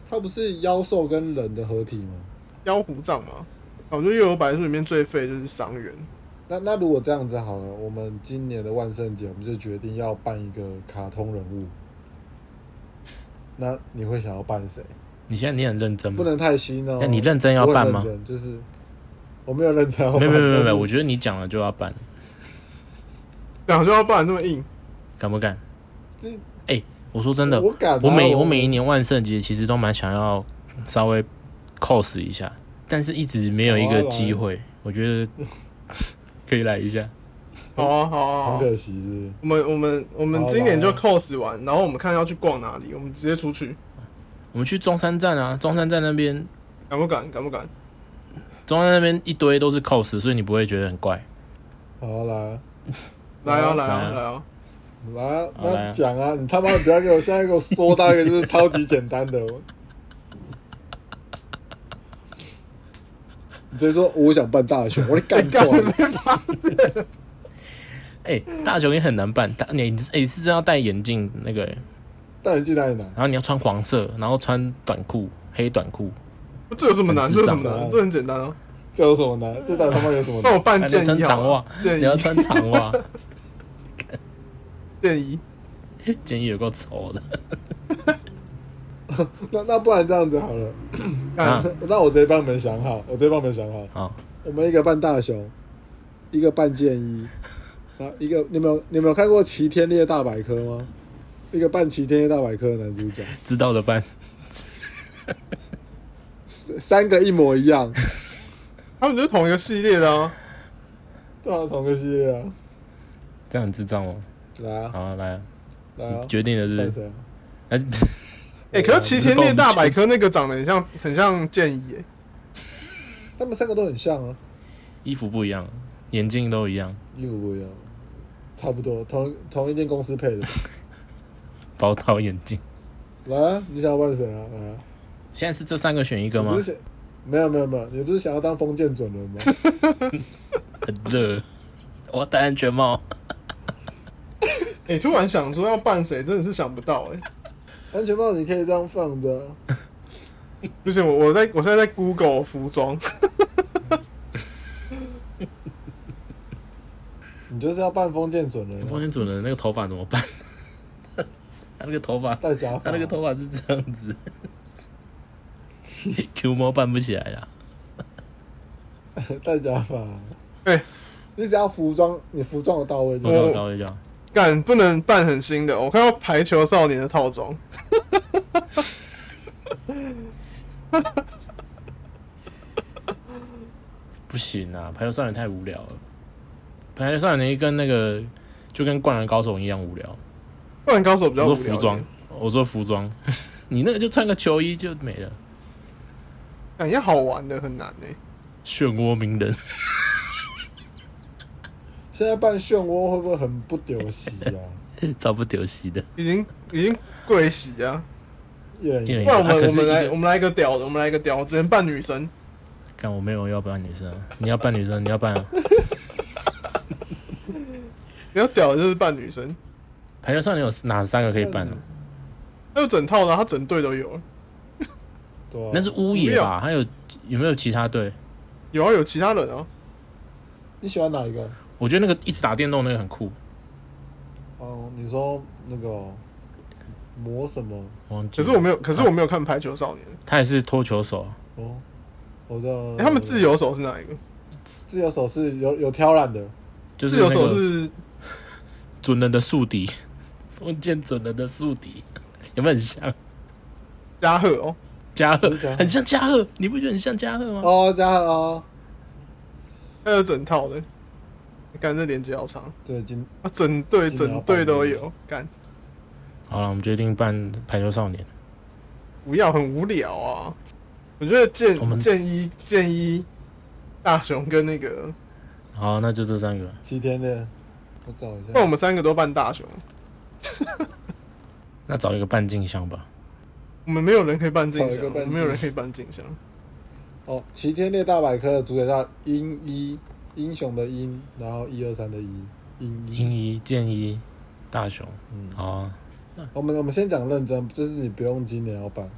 他不是妖兽跟人的合体吗？妖狐杖嘛。啊我觉得《幽游白书》里面最废就是伤员，那那如果这样子好了，我们今年的万圣节我们就决定要办一个卡通人物。那你会想要扮谁？你现在你很认真吗不？能太新哦。嗯那你认真要我很办吗认真就是我没有认真要没办，有没有没有没但有，是我觉得你讲了就要办，两就要不然那么硬，敢不敢？这我说真的，我敢啊、我每我每一年万圣节其实都蛮想要稍微 cos 一下，但是一直没有一个机会。我觉得可以来一下，好啊好啊好很啊。可惜是不是我们我们我们好啊今年就好啊 cos 完，然后我们看要去逛哪里，我们直接出去。我们去中山站啊，中山站那边敢不敢？敢不敢？中间那边一堆都是 cos，所以你不会觉得很怪。好啦，来啊好来啊来啊来啊！来啊，好来那啊讲啊，你他妈的不要给我现在给我说到一个就是超级简单 (laughs) 的，我你直接说我想办大学，我的干干 (laughs) 断没发现？哎、大熊也很难办，大你你、哎是真要戴眼镜那个、哎带你去哪里拿？然后你要穿黄色，然后穿短裤，黑短裤，这有什么难？很这有智什障么难？这很简单啊！这有什么嗯难？这到底他妈有 (laughs) 什么那难？我办还要建穿议长好袜了，，建你要议穿长袜， (laughs) 建议，建议有够丑的。那那不然这样子好了，干啊那我直接帮你们想好，我直接帮你们想好，好，我们一个扮大熊，一个扮剑一，然后一个你们有你们有看过《齐天烈大百科》吗？一个扮《齐天烈大百科》的男主角，知道的办。三三个一模一 (laughs) 样，他们就是同一个系列的啊！对啊，同个系列啊，这样很智障哦。来啊好、啊，来啊，来啊，决定了是扮不是？谁啊？还是不是哎，可是《齐天烈大百科》那个长得很像，很像建议哎。他们三个都很像啊，衣服不一样，眼镜都一样，衣服不一样，差不多，同同一间公司配的。 (laughs) 宝岛眼镜。来啊，你想要扮谁啊？来啊，现在是这三个选一个你吗不是？想没有没有没有，你不是想要当封建准 (laughs) 人吗？很热，我要戴安全帽。哎，突然想说要扮谁，真的是想不到哎。安全帽你可以这样放着啊，不行，我我在我现在在 Google 服装，你就是要扮封建准人风啊，间主人那个头发怎么办？ (laughs) 他那个头发，戴假他发啊。那个头发是这样子，Q 猫办不起来啊啦。 (laughs) 戴假发 (laughs) 啊。哎你只要服装，你服装有到位就我好。到到一下，干不能扮很新的。我看到排球少年的套装，不行啊！排球少年太无聊了，排球少年跟那个就跟灌篮高手一样无聊。灌篮高手比较我无说聊服一装点。，我说服装， (laughs) 你那个就穿个球衣就没了。感觉好玩的很难哎。漩涡鸣人， (laughs) 现在扮漩涡会不会很不丢席 (laughs) 啊？超不丢席的。已经已经跪洗啊！一人一一个人一不然我们、啊可我是们一来个我们来一个屌的，我们来一个屌，只能扮女生。看我没有要扮女生啊，你要扮女生，你要扮啊、你要屌的就是扮女生， (laughs) 排球少年有哪三个可以扮呢、嗯那就整套的啊，他整队都有。对啊那是乌哦野吧？还有有没有其他队？有啊，有其他人啊。你喜欢哪一个？我觉得那个一直打电动那个很酷，哦，你说那个哦磨什么？忘记可了。是我没有，可是我没有看《排球少年》他也是脱球手啊，哦，我的诶他们自由手是哪一个？自由手是有有挑染的，就自是由那手个是准人的宿敌， (laughs) 封建准人的宿敌，有没有很像加贺哦。加贺不是加贺？很像加贺，你不觉得很像加贺吗？哦，加贺哦，还有整套的。干这连接好长对，今啊！整队今天整要队都扮女有，干好了，我们决定办排球少年。不要很无聊啊！我觉得我们建建一建一大雄跟那个，好，那就这三个。七天的，我找一不然下哦我，们三个都扮大雄，那找一个半镜像吧。我们没有人可以扮静找一香，个我扮们没有人可以扮静香。哦，齐天烈大百科的主角叫英一，英雄的英，然后一二三的一，英一。英一、剑一、大雄，嗯好啊。我们我们先讲认真，就是你不用今年要办，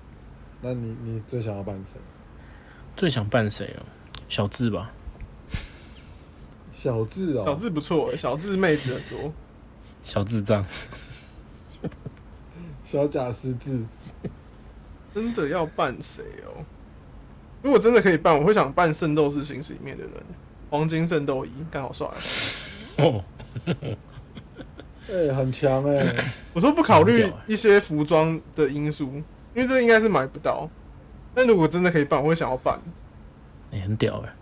那你你最想要办谁？最想扮谁哦？小智吧，小智哦，小智不错欸，小智妹子很多。小智障。小贾斯智，真的要扮谁哦？如果真的可以扮，我会想扮《圣斗士星矢》里面的人，黄金圣斗一，干好帅哦、 (laughs) 哦，哎、很强哎、 (coughs) 我说不考很虑屌欸一些服装的因素，因为这应该是买不到。但如果真的可以扮，我会想要扮。你、很屌哎、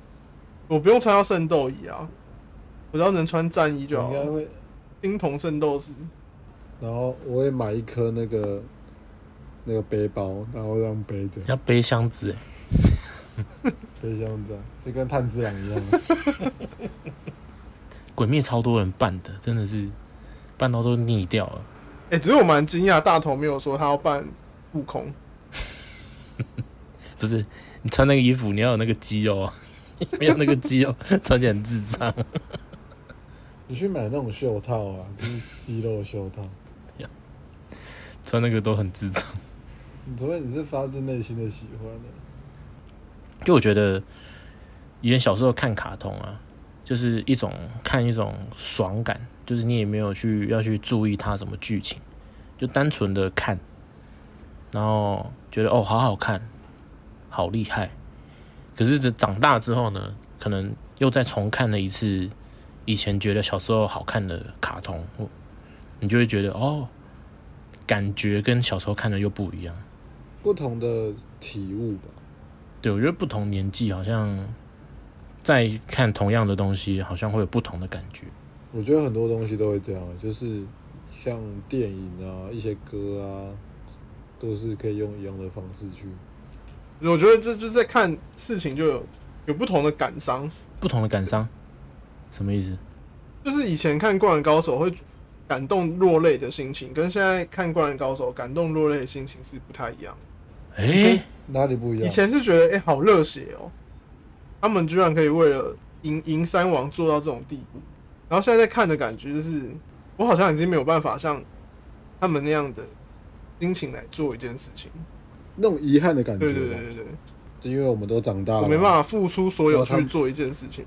我不用穿到圣斗一啊，我只要能穿战衣你就好应该了。会。青铜圣斗士，然后我会买一颗那个那个背包，然后这样背着。要背箱子哎、可以像这样，就跟炭治郎一样。 (laughs) 鬼灭超多人办的，真的是办到都腻掉了。哎、只是我蛮惊讶，大头没有说他要办悟空，不是你穿那个衣服，你要有那个肌肉啊， (laughs) 没有那个肌肉，穿起来很智障。你去买那种袖套啊，就是肌肉袖套。穿那个都很智障。你除非你是发自内心的喜欢的、就我觉得，以前小时候看卡通啊，就是一种看一种爽感，就是你也没有去要去注意它什么剧情，就单纯的看，然后觉得哦好好看，好厉害。可是这长大之后呢，可能又再重看了一次以前觉得小时候好看的卡通，我你就会觉得哦，感觉跟小时候看的又不一样。不同的体悟吧。对，我觉得不同年纪好像在看同样的东西，好像会有不同的感觉。我觉得很多东西都会这样，啊就是像电影啊、一些歌啊，都是可以用一样的方式去。我觉得这就是在看事情就有有不同的感伤。不同的感伤，什么意思？就是以前看《灌篮高手》会感动落泪的心情，跟现在看《灌篮高手》感动落泪的心情是不太一样。诶，哪里不一样？以前是觉得哎、诶好热血哦、他们居然可以为了赢赢三王做到这种地步，然后现在在看的感觉就是，我好像已经没有办法像他们那样的心情来做一件事情。那种遗憾的感觉吧，对对对对对，就因为我们都长大了，我没办法，法付出所然有后他去们做一件事情。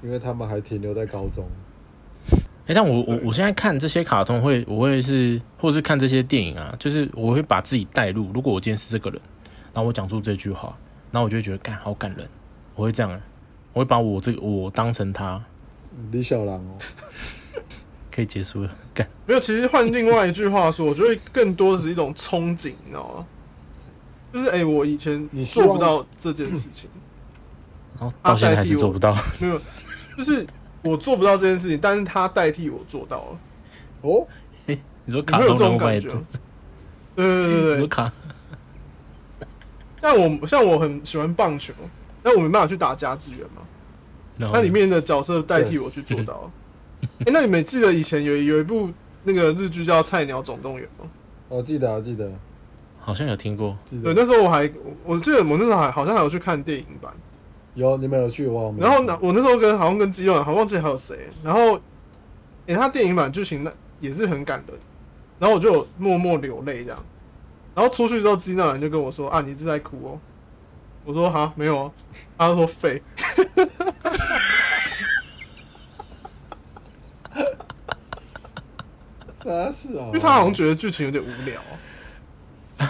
因为他们还停留在高中。诶，但我我对我现在看这些卡通会，我会是，或是看这些电影啊，就是我会把自己带入。如果我今天是这个人，然后我讲出这句话，然后我就会觉得干好感人，我会这样，我会把我这个我当成他，李小狼哦，可以结束了。干，没有，其实换另外一句话说，我觉得更多的是一种憧憬，你知道吗？就是哎、诶我以前你希做望不到这件事 (laughs) 情，然后到现在还是做不到。 (laughs) 没有，就是我做不到这件事情，但是他代替我做到了，哦，你说你卡会有通这人种物把感你觉做吗？对对对你对说对，卡像我像我很喜欢棒球，但我没办法去打家志远嘛，然后那里面的角色代替我去做到了。哎、那你们记得以前有有一部那个日剧叫《菜鸟总动员》吗？我记得啊，记得，好像有听过，记对，得。那时候我还我我记得我那时候还好像还有去看电影版。有你们有去我好像没有然后呢，我那时候跟好像跟基友，好像忘记还有谁。然后，诶、他电影版剧情那也是很感人，然后我就有默默流泪这样。然后出去之后，基那人就跟我说：“啊，你一直在哭哦。”我说：“哈，没有啊。”他就说：“废。啥事啊？”因为他好像觉得剧情有点无聊、哦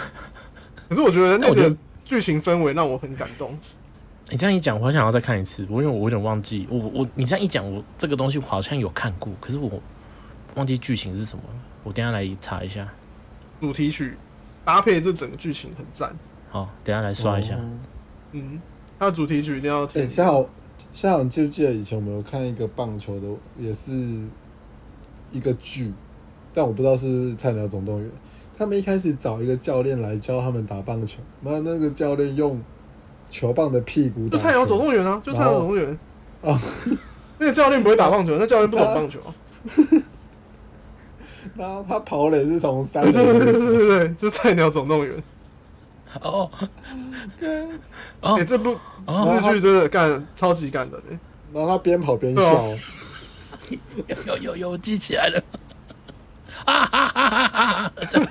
可是我觉得但那我觉个得剧情氛围让我很感动。你这样一讲，我好想要再看一次。我因为我有点忘记，我我你这样一讲，我这个东西我好像有看过，可是我忘记剧情是什么了。我等一下来查一下。主题曲搭配这整个剧情很赞。好，等一下来刷一下。哦嗯，他的主题曲一定要哎、听。夏好，夏好，你记不记得以前我们有看一个棒球的，也是一个剧，但我不知道是不是《菜鸟总动员》。他们一开始找一个教练来教他们打棒球，然后那个教练用球棒的屁股就打 (laughs) 菜鸟球总动员啊，就菜鸟总动员。然啊后，那个教练不会打棒球，那教练不懂棒球。啊然后他跑垒是从三 (laughs) 对对对对 (laughs) 垒，对对，就菜鸟总动员。哦哎、哦这部哦，日剧真的干超级感人、欸，然后他边跑边笑， (laughs) 有有有有，我记起来了。啊哈哈哈哈哈哈！这样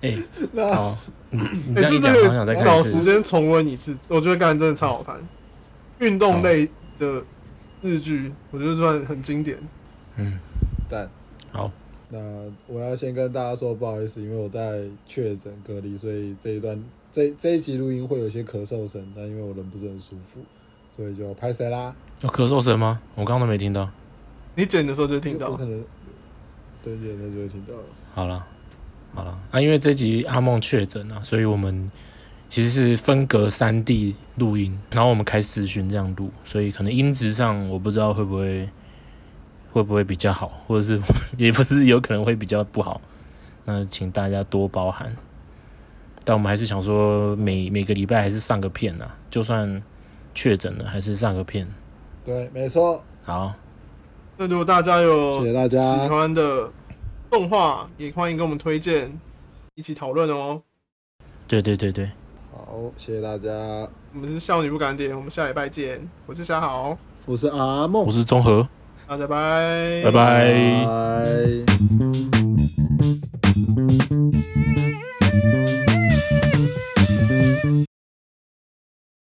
哎、那好，你你这哎、样一这讲，这我好想再个看找一时次。间重温一次，我觉得干真的超好看。运动类的日剧，我觉得算很经典。嗯，赞。好，那我要先跟大家说不好意思，因为我在确诊隔离，所以这一段这这一集录音会有一些咳嗽声，但因为我人不是很舒服，所以就拍谁啦。有咳嗽声吗？我刚刚都没听到。你剪的时候就听我到可，能对对对就会听到了。好了，好了，啊，因为这集阿梦确诊啊，所以我们其实是分隔三地录音，然后我们开视讯这样录，所以可能音质上我不知道会不会会不会比较好，或者是 (laughs) 也不是有可能会比较不好，那请大家多包涵。但我们还是想说每每个礼拜还是上个片呐、就算确诊了还是上个片。对，没错，好，那如果大家有谢谢大家喜欢的动画，也欢迎跟我们推荐，一起讨论哦。对对对对，好，谢谢大家，我们是少女不敢点，我们下礼拜见。我是夏豪，我是阿梦我，是综合，大家拜拜拜拜。